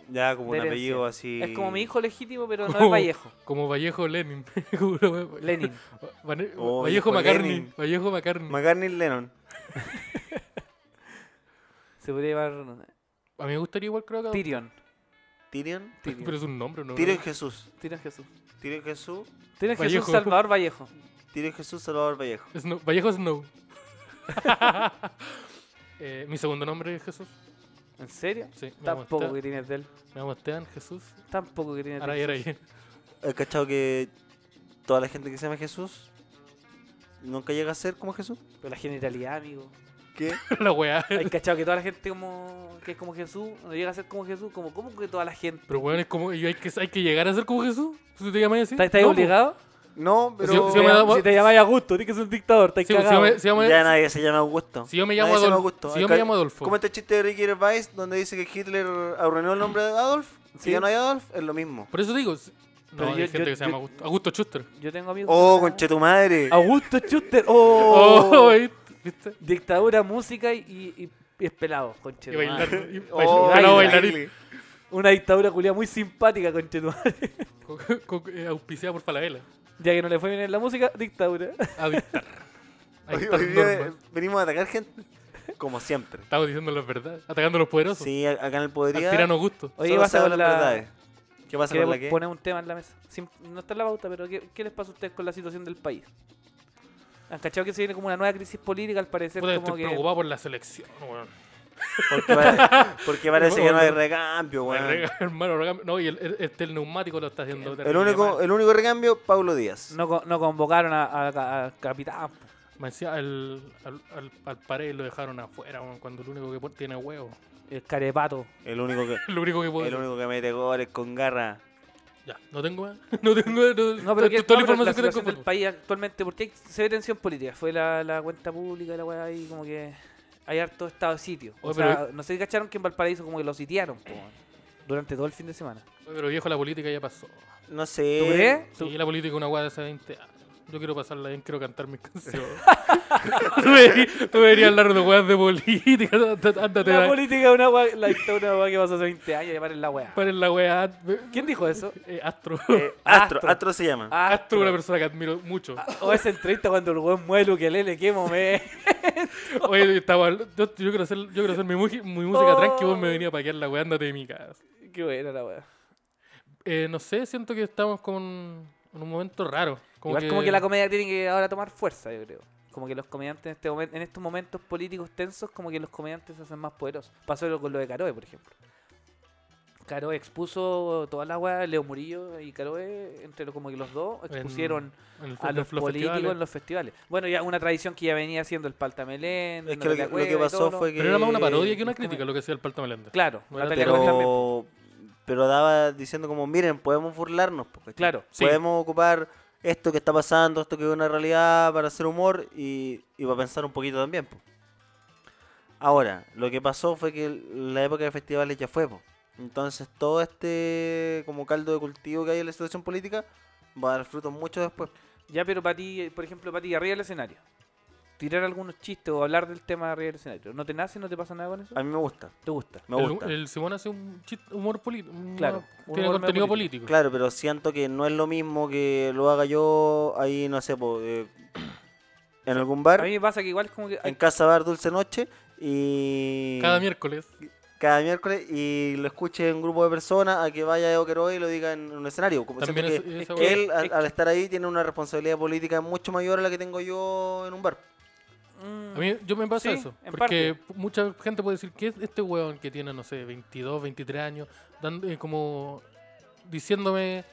Ya, como un
Herencia.
apellido así.
Es como mi hijo legítimo, pero no es Vallejo.
[LAUGHS] Como Vallejo Lenin. [LAUGHS] Como-
Lenin.
Vane-
Oh,
Vallejo
viejo
McCartney.
Lenin.
Vallejo McCartney.
McCartney Lennon.
Se podría llamar
a mí me gustaría igual, creo que.
Tyrion.
Tyrion.
Pero es un nombre, ¿no?
Tyrion Jesús.
Tyrion Jesús.
Tyrion Jesús.
Tyrion Jesús
Vallejo.
Salvador Vallejo.
Tyrion Jesús Salvador Vallejo.
Snow- Vallejo Snow. [LAUGHS] Eh, mi segundo nombre es Jesús.
¿En serio?
Sí, me llamo
Tampoco que
Esteban-
tienes de él.
me llamo Esteban Jesús.
Tampoco que tienes de
Araí,
él.
Araí.
¿Has cachado que toda la gente que se llama Jesús nunca llega a ser como Jesús?
Pero la generalidad, amigo.
[LAUGHS]
¿Qué?
[LAUGHS] La weá.
Hay cachado que toda la gente como que es como Jesús, no llega a ser como Jesús, como ¿cómo que toda la gente.
Pero weón, es como. y Hay que, hay que llegar a ser como Jesús. Si te llamas así.
¿Estás estás
No, po.
obligado?
No,
Pues
pero.
si- si me da-
Si te llamáis Augusto, tienes que ser un dictador, estás
Sí, po, si yo
cagado.
me- si yo me-
Ya nadie se llama Augusto.
Si yo me
Nadie
llamo
se llama
Adolfo.
Augusto.
Si yo me
Acá-
llamo Adolfo.
Como este chiste de Ricky Gervais donde dice que Hitler arruinó el nombre de Adolf. Si
Sí.
ya no hay Adolf, es lo mismo.
Por eso digo. si-
Pero
No, hay
yo-
gente
yo-
que se llama
yo-
Augusto. Augusto Schuster.
Yo tengo amigos.
Oh,
que-
conche tu madre.
Augusto Schuster. Oh.
Oh, ¿viste? ¿viste?
Dictadura, música y, y, y es pelado, conche.
Y
tu
bailar.
madre.
Y bail-
Oh,
pelado
baila.
bailarín.
Una dictadura culiada muy simpática, conche. tu madre. [LAUGHS]
Con- con- eh, Auspiciada por Falabella.
Ya que no le fue bien en la música, dictadura.
[LAUGHS] A dictar. A
Hoy,
dictar
hoy día
normas.
venimos a atacar gente. Como siempre.
Estamos diciendo la verdad. Atacando a los poderosos.
Sí, a- acá en el
Al
podería.
tirano Augusto.
Oye,
solo
vas
se
a
hablan
la-
verdades. ¿Qué pasa con
Queremos
la que?
poner un tema en la mesa. Sin- no está en la pauta, pero ¿qué, qué les pasa a ustedes con la situación del país? ¿Han cachado que se viene como una nueva crisis política al parecer?
Puta,
como
estoy
que...
preocupado por la selección, weón. [LAUGHS]
Porque, pare- porque parece que no hay
Bueno.
recambio, weón.
Rega- [LAUGHS] Hermano, regame- no, y el, el- este, el neumático lo está haciendo.
El
terrible
único,
mal.
el único recambio, Pablo Díaz.
No, co- no convocaron a, a- a- al capitán. po.
Me decía, al, al, al, al pared lo dejaron afuera, weón, cuando el único que pon- tiene huevo. [LAUGHS]
El carepato.
El único que,
El único que puede.
el único que mete goles con garra.
Ya, no tengo más. [LAUGHS] No tengo más. No,
No, pero,
esto
que,
es toda la
no, pero la
información que
situación
tengo.
del país actualmente, porque hay- se ve tensión política. Fue la, la cuenta pública, la weá, y como que hay harto estado de sitio. O
Oye,
sea,
pero-
no sé si cacharon que en Valparaíso como que lo sitiaron po, durante todo el fin de semana.
Oye, Pero viejo, la política ya pasó.
No
Eh,
sé.
¿Tú crees? ¿Tú-
Sí, la política es una guada de hace 20 años. Yo quiero pasarla bien, quiero cantar mis canciones.
[LAUGHS]
tú, deberías, tú deberías hablar de weas de política. [LAUGHS] Ándate,
La
la,
política es una weá, la dictadura es una weá que pasó hace 20 años, llamar la weá.
paren la wea.
¿Quién dijo eso?
Eh, Pues- [LAUGHS] Astro.
Eh, Astro,
Astro. Ah.
Astro se llama.
Astro es una persona que admiro mucho.
O esa entrevista cuando el weón mueve el ukelele, qué momento.
[LAUGHS] Oye, estaba, yo, yo quiero hacer, yo quiero hacer mi, muji- mi
Oh.
música tranqui, vos me venía a paquear la weá, andate de mi casa.
qué buena la weá.
Eh, no sé, siento que estamos con, en un momento raro. Como
Igual
que,
como que la comedia tiene que ahora tomar fuerza, yo creo. Como que los comediantes en, este momen- en estos momentos políticos tensos, como que los comediantes se hacen más poderosos. Pasó lo- con lo de Caroe, por ejemplo. Caroe expuso toda la weá, Leo Murillo y Caroe, entre los, como que los dos,
En-
expusieron
en el-
a
en
los, políticos
festivales.
en los festivales. Bueno, ya una tradición que ya venía haciendo el Paltamelén.
Es
no
que lo
te
que, lo
acuerdas
que
y todo
pasó
lo-
fue que.
Pero era más una parodia que una
es como-
crítica lo que hacía el Palta Melenda.
Claro,
Bueno,
Natalia Cuesta también.
Pero, pero daba diciendo como, miren, podemos burlarnos. po, ¿cachai?
Claro.
Sí.
Podemos ocupar esto que está pasando, esto que es una realidad para hacer humor y, y para pensar un poquito también. po. Ahora, lo que pasó fue que la época de festivales ya fue. po. Entonces todo este como caldo de cultivo que hay en la situación política va a dar frutos mucho después.
Ya, pero para ti, por ejemplo, para ti, arriba del escenario. Tirar algunos chistes o hablar del tema arriba del escenario. ¿No te nace? ¿No te pasa nada con eso?
A mí me gusta,
¿Te gusta?
me
El,
gusta.
el Simón hace un chist- humor político.
Claro,
Tiene
humor medio
contenido político.
político.
Claro, pero siento que no es lo mismo que lo haga yo ahí, no sé, po, eh, en algún bar.
A mí me pasa que igual es como que...
en Casa Bar Dulce Noche y
Cada miércoles.
cada miércoles y lo escuche un grupo de personas a que vaya Edo Queiroz y lo diga en un escenario. Como
También
siento
es-
que,
esa
que
weá.
él al,
es
al estar ahí tiene una responsabilidad política mucho mayor a la que tengo yo en un bar.
mm,
A mí yo me pasa
Sí,
eso.
en
Porque mucha gente puede decir que es este weón que tiene, no sé, 22, 23 años, dando, eh, como diciéndome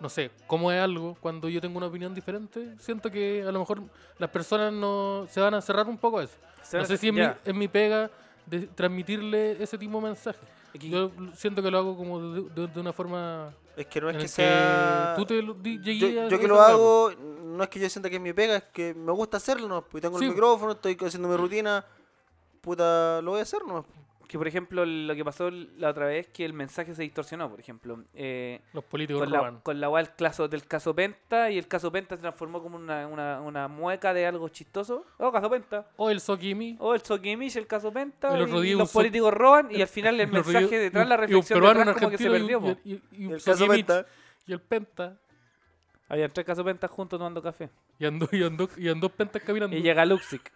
no sé, cómo es algo, cuando yo tengo una opinión diferente, siento que a lo mejor las personas no se van a cerrar un poco a eso. No sé si es, mi,
Ya.
es mi pega de transmitirle ese tipo de mensaje.
Es que-
Yo siento que lo hago como de, de- de una forma
Es que no es
en
que
que
sea.
tú te lo di-
yo,
llegué a-
yo que
a
lo
esa
hago, no es que yo sienta que es mi pega, es que me gusta hacerlo, ¿no? Porque tengo
Sí.
el micrófono, estoy haciendo mi rutina, puta, lo voy a hacer, ¿no?
Que por ejemplo lo que pasó la otra vez que el mensaje se distorsionó, por ejemplo. Eh,
Los políticos
con, la,
roban.
con la weá del caso, del caso Penta y el caso Penta se transformó como una, una, una mueca de algo chistoso. Oh, caso Penta.
O el Sokimi.
Oh, el Sokimich, el caso Penta.
Y
Y
los
los,
rodillos son-
políticos roban y
[LAUGHS]
al final el
los
mensaje
ríos-
detrás, la
y un
reflexión
peruano, un
detrás como que se
argentino
perdió.
y un-
po.
y- y- y un
El caso
Sokimich
Penta.
Y el Penta.
Habían tres casos Penta juntos tomando café.
Y andó, y andó, y andó Pentas caminando.
Y llega Luxic.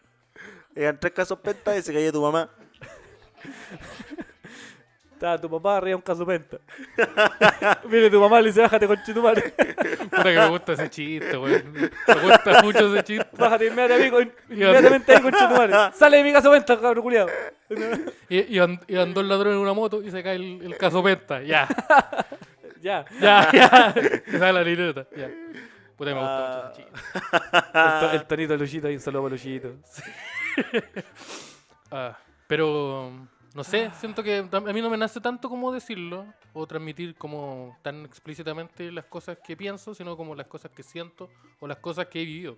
Eran eh, tres casos penta y se cayó tu mamá.
Estaba tu papá arriba de un caso [LAUGHS] Penta. Mire, tu mamá le dice, bájate con chitumare.
[LAUGHS] Puta que me gusta ese chiste, weón. Me gusta mucho ese chiste.
Bájate inmediatamente ahí [LAUGHS] con,
Y-
inmediatamente ahí con [LAUGHS] Chetumare. Sale de mi caso Penta, cabrón culiado.
Y, y, and- y andó el ladrón en una moto y se cae el, el caso Penta. Ya,
Ya.
ya, ya. [LAUGHS] Se sale la libreta. Ya. Puta, me gusta mucho
Ah.
ese chiste.
El, to- el tonito de Luchito ahí, un saludo para Luchito.
Ah, pero no sé,
Ah.
siento que tam- a mí no me nace tanto como decirlo o transmitir como tan explícitamente las cosas que pienso, sino como las cosas que siento o las cosas que he vivido.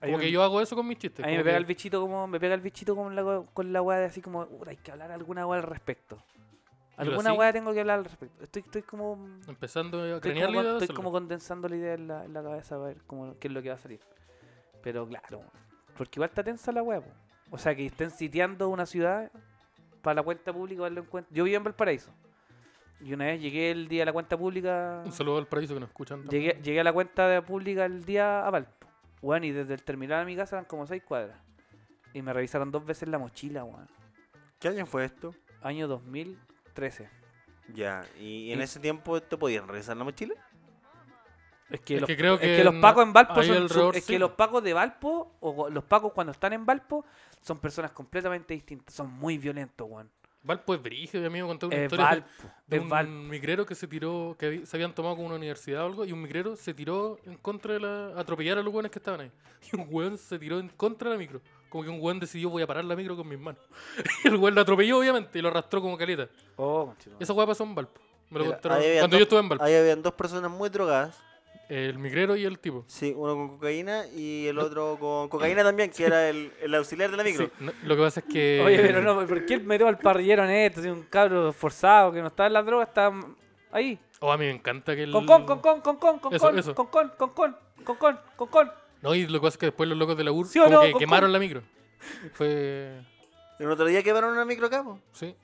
Ahí
Como
me-
que yo hago eso con mis chistes.
A mí me
como
pega
que-
el bichito como me pega el bichito con la hue- con la weá de así como, "Puta, hay que hablar alguna weá al respecto.
Pero
Alguna
así-
weá tengo que hablar al respecto. Estoy, estoy como
Empezando a
estoy
cranear
como,
la
con-
idea de
estoy como
hacerlo.
condensando la idea en la, en la cabeza a ver cómo, qué es lo que va a salir. Pero claro, porque igual está tensa la weá, po. O sea que estén sitiando una ciudad para la cuenta pública para darle un cuenta. Yo vivo en Valparaíso. Y una vez llegué el día de la cuenta pública.
Un saludo al paraíso que nos escuchan. también.
Llegué, llegué a la cuenta de pública el día a Valpo. Weón, y desde el terminal a mi casa eran como seis cuadras. Y me revisaron dos veces la mochila, weón.
¿Qué año fue esto?
Año 2013.
Ya, y en
Y-
ese tiempo te podían revisar la mochila.
Es que,
Es
los,
que creo
es
que
que los
en-
pacos en Valpo
ahí
son-
el
son-
rol
es
sí.
que los pacos de Valpo o gu- los pacos cuando están en Valpo son personas completamente distintas, son muy violentos, weón.
Valpo es pues, brígido, mi amigo, contó una
Es
historia de-
Valpo,
de
es
un
Valpo.
migrero que se tiró, que habí- se habían tomado como una universidad o algo, y un migrero se tiró en contra de la. a atropellar a los hueones que estaban ahí. [LAUGHS] Y un hueón se tiró en contra de la micro. Como que un hueón decidió voy a parar la micro con mis manos. [LAUGHS] Y el hueón lo atropelló, obviamente, y lo arrastró como caleta.
Oh, conchetumare.
Esa hueá pasó en Valpo. Me lo
Mira,
contaron
ahí habían
cuando
dos-
yo estuve en Valpo.
Ahí habían dos personas muy drogadas.
El migrero y el tipo.
Sí, uno con cocaína y el otro con cocaína también, que era el, el auxiliar de la micro.
Sí, no- lo que pasa es eh, que.
[LAUGHS] Oye, pero no, ¿por qué metió al parrillero en esto? Si un cabro forzado que no está en la droga, está ahí.
Oh, a mí me encanta que el.
Con con, con con, con con, con
Eso,
con,
eso.
con con, con con, con con, con con.
No, y lo que pasa es que después los locos de la UR
¿Sí o
como
no?
que
Con-
quemaron la micro. Fue.
El otro día quemaron una micro acá, po.
Sí.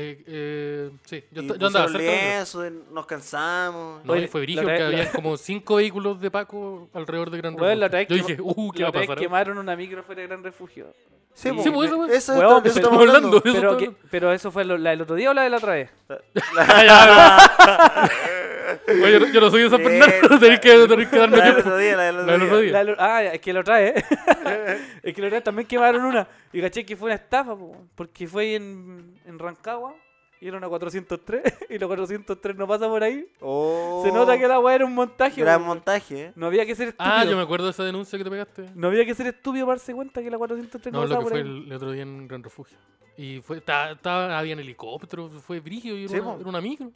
Eh, eh, sí, yo,
Y
esta- yo andaba
pusieron
cerca de la micro.
lienzo, y nos cansamos.
No,
Oye,
y fue
la
brillo
otra
porque
vez- la-
había como cinco vehículos de Paco alrededor de Gran
Weón, la otra
Refugio.
vez
Yo
quema-
dije, uh, ¿qué
la
va a
otra vez
pasar? ahora?
quemaron una micro fuera de Gran Refugio.
Sí,
Sí,
pues, eso,
eso,
pues.
eso,
Weón,
de eso
pero
estamos
estamos hablando.
hablando.
Eso
Pero,
todo-
que- pero eso fue lo- la del otro día o la de la otra vez.
Oye, yo, no- yo no [LAUGHS] soy de San
Sí,
Fernando, tenéis que, tenéis que darme
La del
tiempo.
otro día, la del
La del otro
otro
día.
día.
La del- ah, ya, es que la
[LAUGHS]
otra vez. es que la otra vez también quemaron una. Y caché que fue una estafa, po, weón, porque fue ahí en, en Rancagua. Y era una 403. [LAUGHS] Y la 403 no pasa por ahí.
Oh,
Se nota que la weá era un montaje.
Gran
po.
montaje, eh.
No había que ser estúpido.
Ah, yo me acuerdo de esa denuncia que te pegaste.
No había que ser estúpido para darse cuenta que la 403 no,
No, lo que
pasaba por
fue
ahí.
el, el otro día en Gran Refugio. Y fue, estaba, estaba- había en helicóptero, fue brillo, y era,
Sí,
una,
po.
era una micro.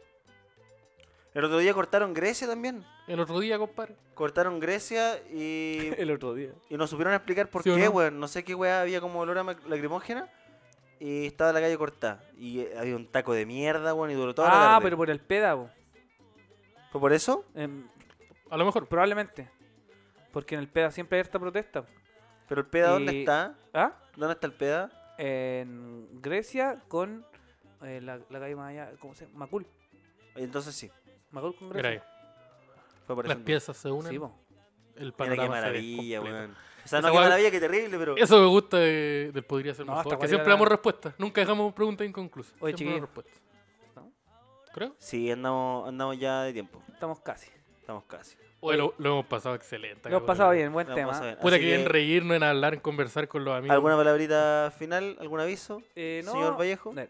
El otro día cortaron Grecia también.
El otro día, compadre.
Cortaron Grecia
[LAUGHS]
y
[LAUGHS] el otro día.
Y nos supieron explicar por
¿Sí o
qué,
no?
weón. No sé qué weá había como olor a mac- lacrimógena. Y estaba la calle cortada. Y eh, había un taco de mierda, weón, y duró toda la
Ah,
tarde.
pero por el peda, po.
¿Fue por eso?
Em,
A lo mejor.
probablemente. Porque en el peda siempre hay esta protesta.
¿Pero el peda dónde
Y-
está?
¿Ah?
¿Dónde está el peda?
En Grecia con eh, la, la calle más allá, ¿cómo se llama? Macul.
Y Entonces sí,
Macul con
Mira ahí,
Grecia.
fue por
las
eso.
piezas se unen.
Sí, po.
el
Mira qué
panorama se ve
maravilla,
completo.
weón. O sea,
Esa
no qué
weá-
maravilla, qué terrible, pero...
Eso me gusta de- del podría ser
No,
mejor.
esta
Que
weá
siempre
era-
damos respuestas. Nunca dejamos preguntas inconclusas.
Oye,
Siempre damos respuestas.
¿No?
¿Creo?
Sí, andamos, andamos ya de tiempo.
Estamos casi.
Estamos casi.
Oye, lo, lo hemos pasado excelente.
Lo hemos
cabrón.
pasado bien, buen
Lo
tema.
vamos a ver.
Puta
Así
que en
que,
reírnos, en hablar, en conversar con los amigos.
¿Alguna palabrita final? ¿Algún aviso?
Eh, no,
Señor Vallejo.
no.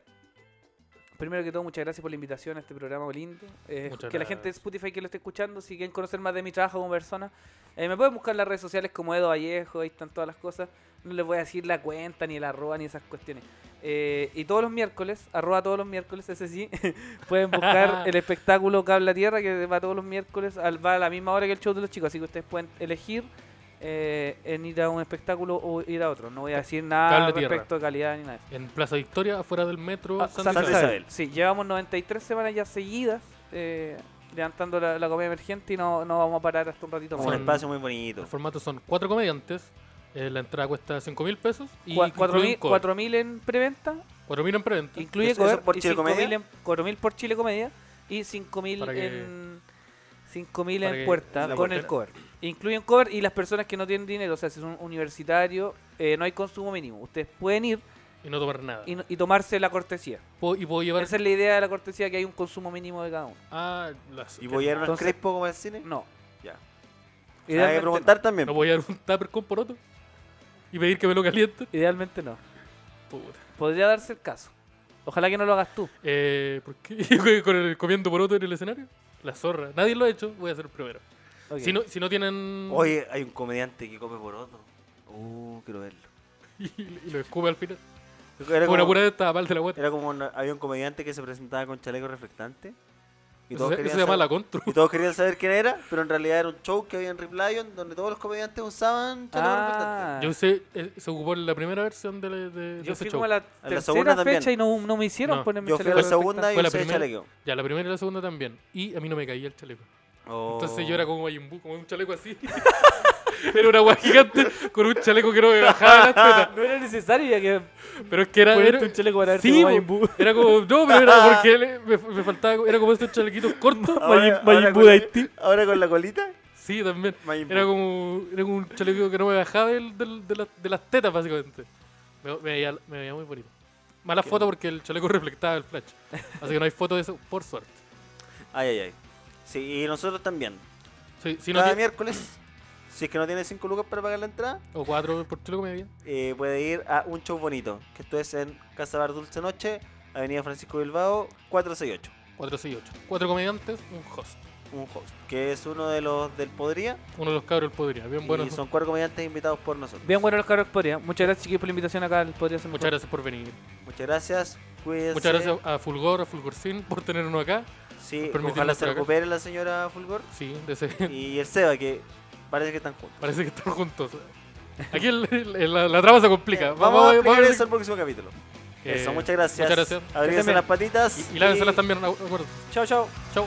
primero que todo, muchas gracias por la invitación a este programa lindo. Eh, que
Muchas
la
gracias.
gente de Spotify que lo esté escuchando, si quieren conocer más de mi trabajo como persona, eh, me pueden buscar en las redes sociales como Edo Vallejo, ahí están todas las cosas. No les voy a decir la cuenta, ni el arroba, ni esas cuestiones. Eh, y todos los miércoles, arroba todos los miércoles, ese sí, [LAUGHS]
[LAUGHS]
pueden buscar el espectáculo Cabla Tierra, que va todos los miércoles, al, va a la misma hora que el show de los chicos, así que ustedes pueden elegir eh, en ir a un espectáculo o ir a otro. No voy a decir nada
Cable Tierra.
respecto a calidad ni nada de eso.
En Plaza Victoria, afuera del metro,
Ah,
San
Santa
Santa
Isabel.
Isabel. Sí, llevamos 93 semanas ya seguidas eh, levantando la, la comedia emergente y no, no vamos a parar hasta un ratito
Es
más.
un
Son-
espacio muy bonito.
Los formatos son cuatro comediantes. eh, la entrada cuesta 5 mil pesos. Y
Cua- cuatro
incluye
mil-
un cover.
4.000 en preventa,
Cuatro mil en preventa.
incluye
¿Eso- eso
cover,
por
y
Chile
5.000
Comedia?
en- 4.000 por Chile Comedia y 5.000
Para que-
en... 5.000
para
en
que-
puerta
la
con el
puerta.
cover. Incluye un cover y las personas que no tienen dinero, o sea, si son universitarios, eh, no hay consumo mínimo. Ustedes pueden ir
Y no tomar nada.
y, no- y tomarse la cortesía.
Puedo- y puedo llevar.
Esa es la idea de la cortesía, que hay un consumo mínimo de cada uno.
Ah, las-
¿Y voy a ir a un
Entonces-
crespo como el cine?
No.
Ya. Hay
Idealmente
que
no.
preguntar también.
No pues, voy a dar un tupper con poroto. Y pedir que me lo caliente.
Idealmente no.
Puta.
Podría darse el caso. Ojalá que no lo hagas tú.
Eh, ¿Por qué? [LAUGHS] ¿Con el, comiendo poroto en el escenario? La zorra. Nadie lo ha hecho. Voy a ser el primero.
Ok.
Si, no, si no tienen.
Oye, hay un comediante que come poroto. Uh, quiero verlo.
[LAUGHS] Y, y lo escupe al final.
Era
Como
como,
una pura de esta mal de la guata.
era como una- había un comediante que se presentaba con chaleco reflectante. Y
Eso,
todos,
se- eso
querían
se llama la
saber,
contro.
[LAUGHS] y todos querían saber quién era, pero en realidad era un show que había en Rip Lion donde todos los comediantes usaban chaleco reflectante.
Ah,
Yo sé, eh, se ocupó en la primera versión de, de- de
yo
ese
fui
show.
como a la
la
tercera
segunda también.
fecha y no, no me hicieron
No,
ponerme
Yo fui a
chaleco
la
[LAUGHS]
segunda y
Fue la
usé
primera.
chaleco.
Ya, la primera y la segunda también. Y a mí no me caía el chaleco. Entonces
Oh.
yo era como Mayimbu, como un chaleco así. [LAUGHS] era una guay gigante con un chaleco que no me bajaba las tetas.
Ah.
No era necesario ya que
Pero es que era.
ponerte
era-
un chaleco para verte
Sí,
como
po.
Majin Buu.
era como, no, pero era
[LAUGHS]
porque le- me, me faltaba, era como estos chalequitos [LAUGHS] cortos.
Ahora-
Majin- Majin
ahora
Buu
con-
de Haití.
Ahora con la colita.
Sí, también.
Majin Buu.
Era como, era como un chaleco que no me bajaba del- del- de, las- de las tetas, básicamente. Me, me veía, me veía muy bonito. Mala foto porque el chaleco reflectaba el flash. Así que no hay foto de eso, por suerte.
Ay, ay, ay. Sí, y nosotros también.
Sí, si no
Cada
tiene-
miércoles, si es que no tiene 5 lucas para pagar la entrada,
o cuatro por chaleco media.
eh, puede ir a un show bonito. Que esto es en Casa Bar Dulce Noche, Avenida Francisco Bilbao, 468.
468. Cuatro comediantes, un host.
Un host, que es uno de los del Podría.
Uno de los cabros del podría. Bien bueno.
y son cuatro comediantes invitados por nosotros.
Bien bueno los cabros podría. Muchas gracias chiquillos por la invitación acá al Podría Ser
Muchas
Mejor.
gracias por venir.
Muchas gracias. Cuídense.
Muchas gracias a Fulgor, a Fulgorcin por tenernos acá.
Sí,
por permitirnos
ojalá
estar
se
acá.
recupere la señora
[LAUGHS]
Fulgor
Sí, de ese-
y el Seba, que parece que están juntos.
parece que están juntos. Aquí el- el- la, la trama se complica.
Vamos, a explicar
ver-
eso en el próximo capítulo.
Eh,
eso, muchas gracias.
muchas gracias.
Abríguense
También.
las patitas.
Y, y lávenselas también, acuérdate.
Chao, chao.
Chau.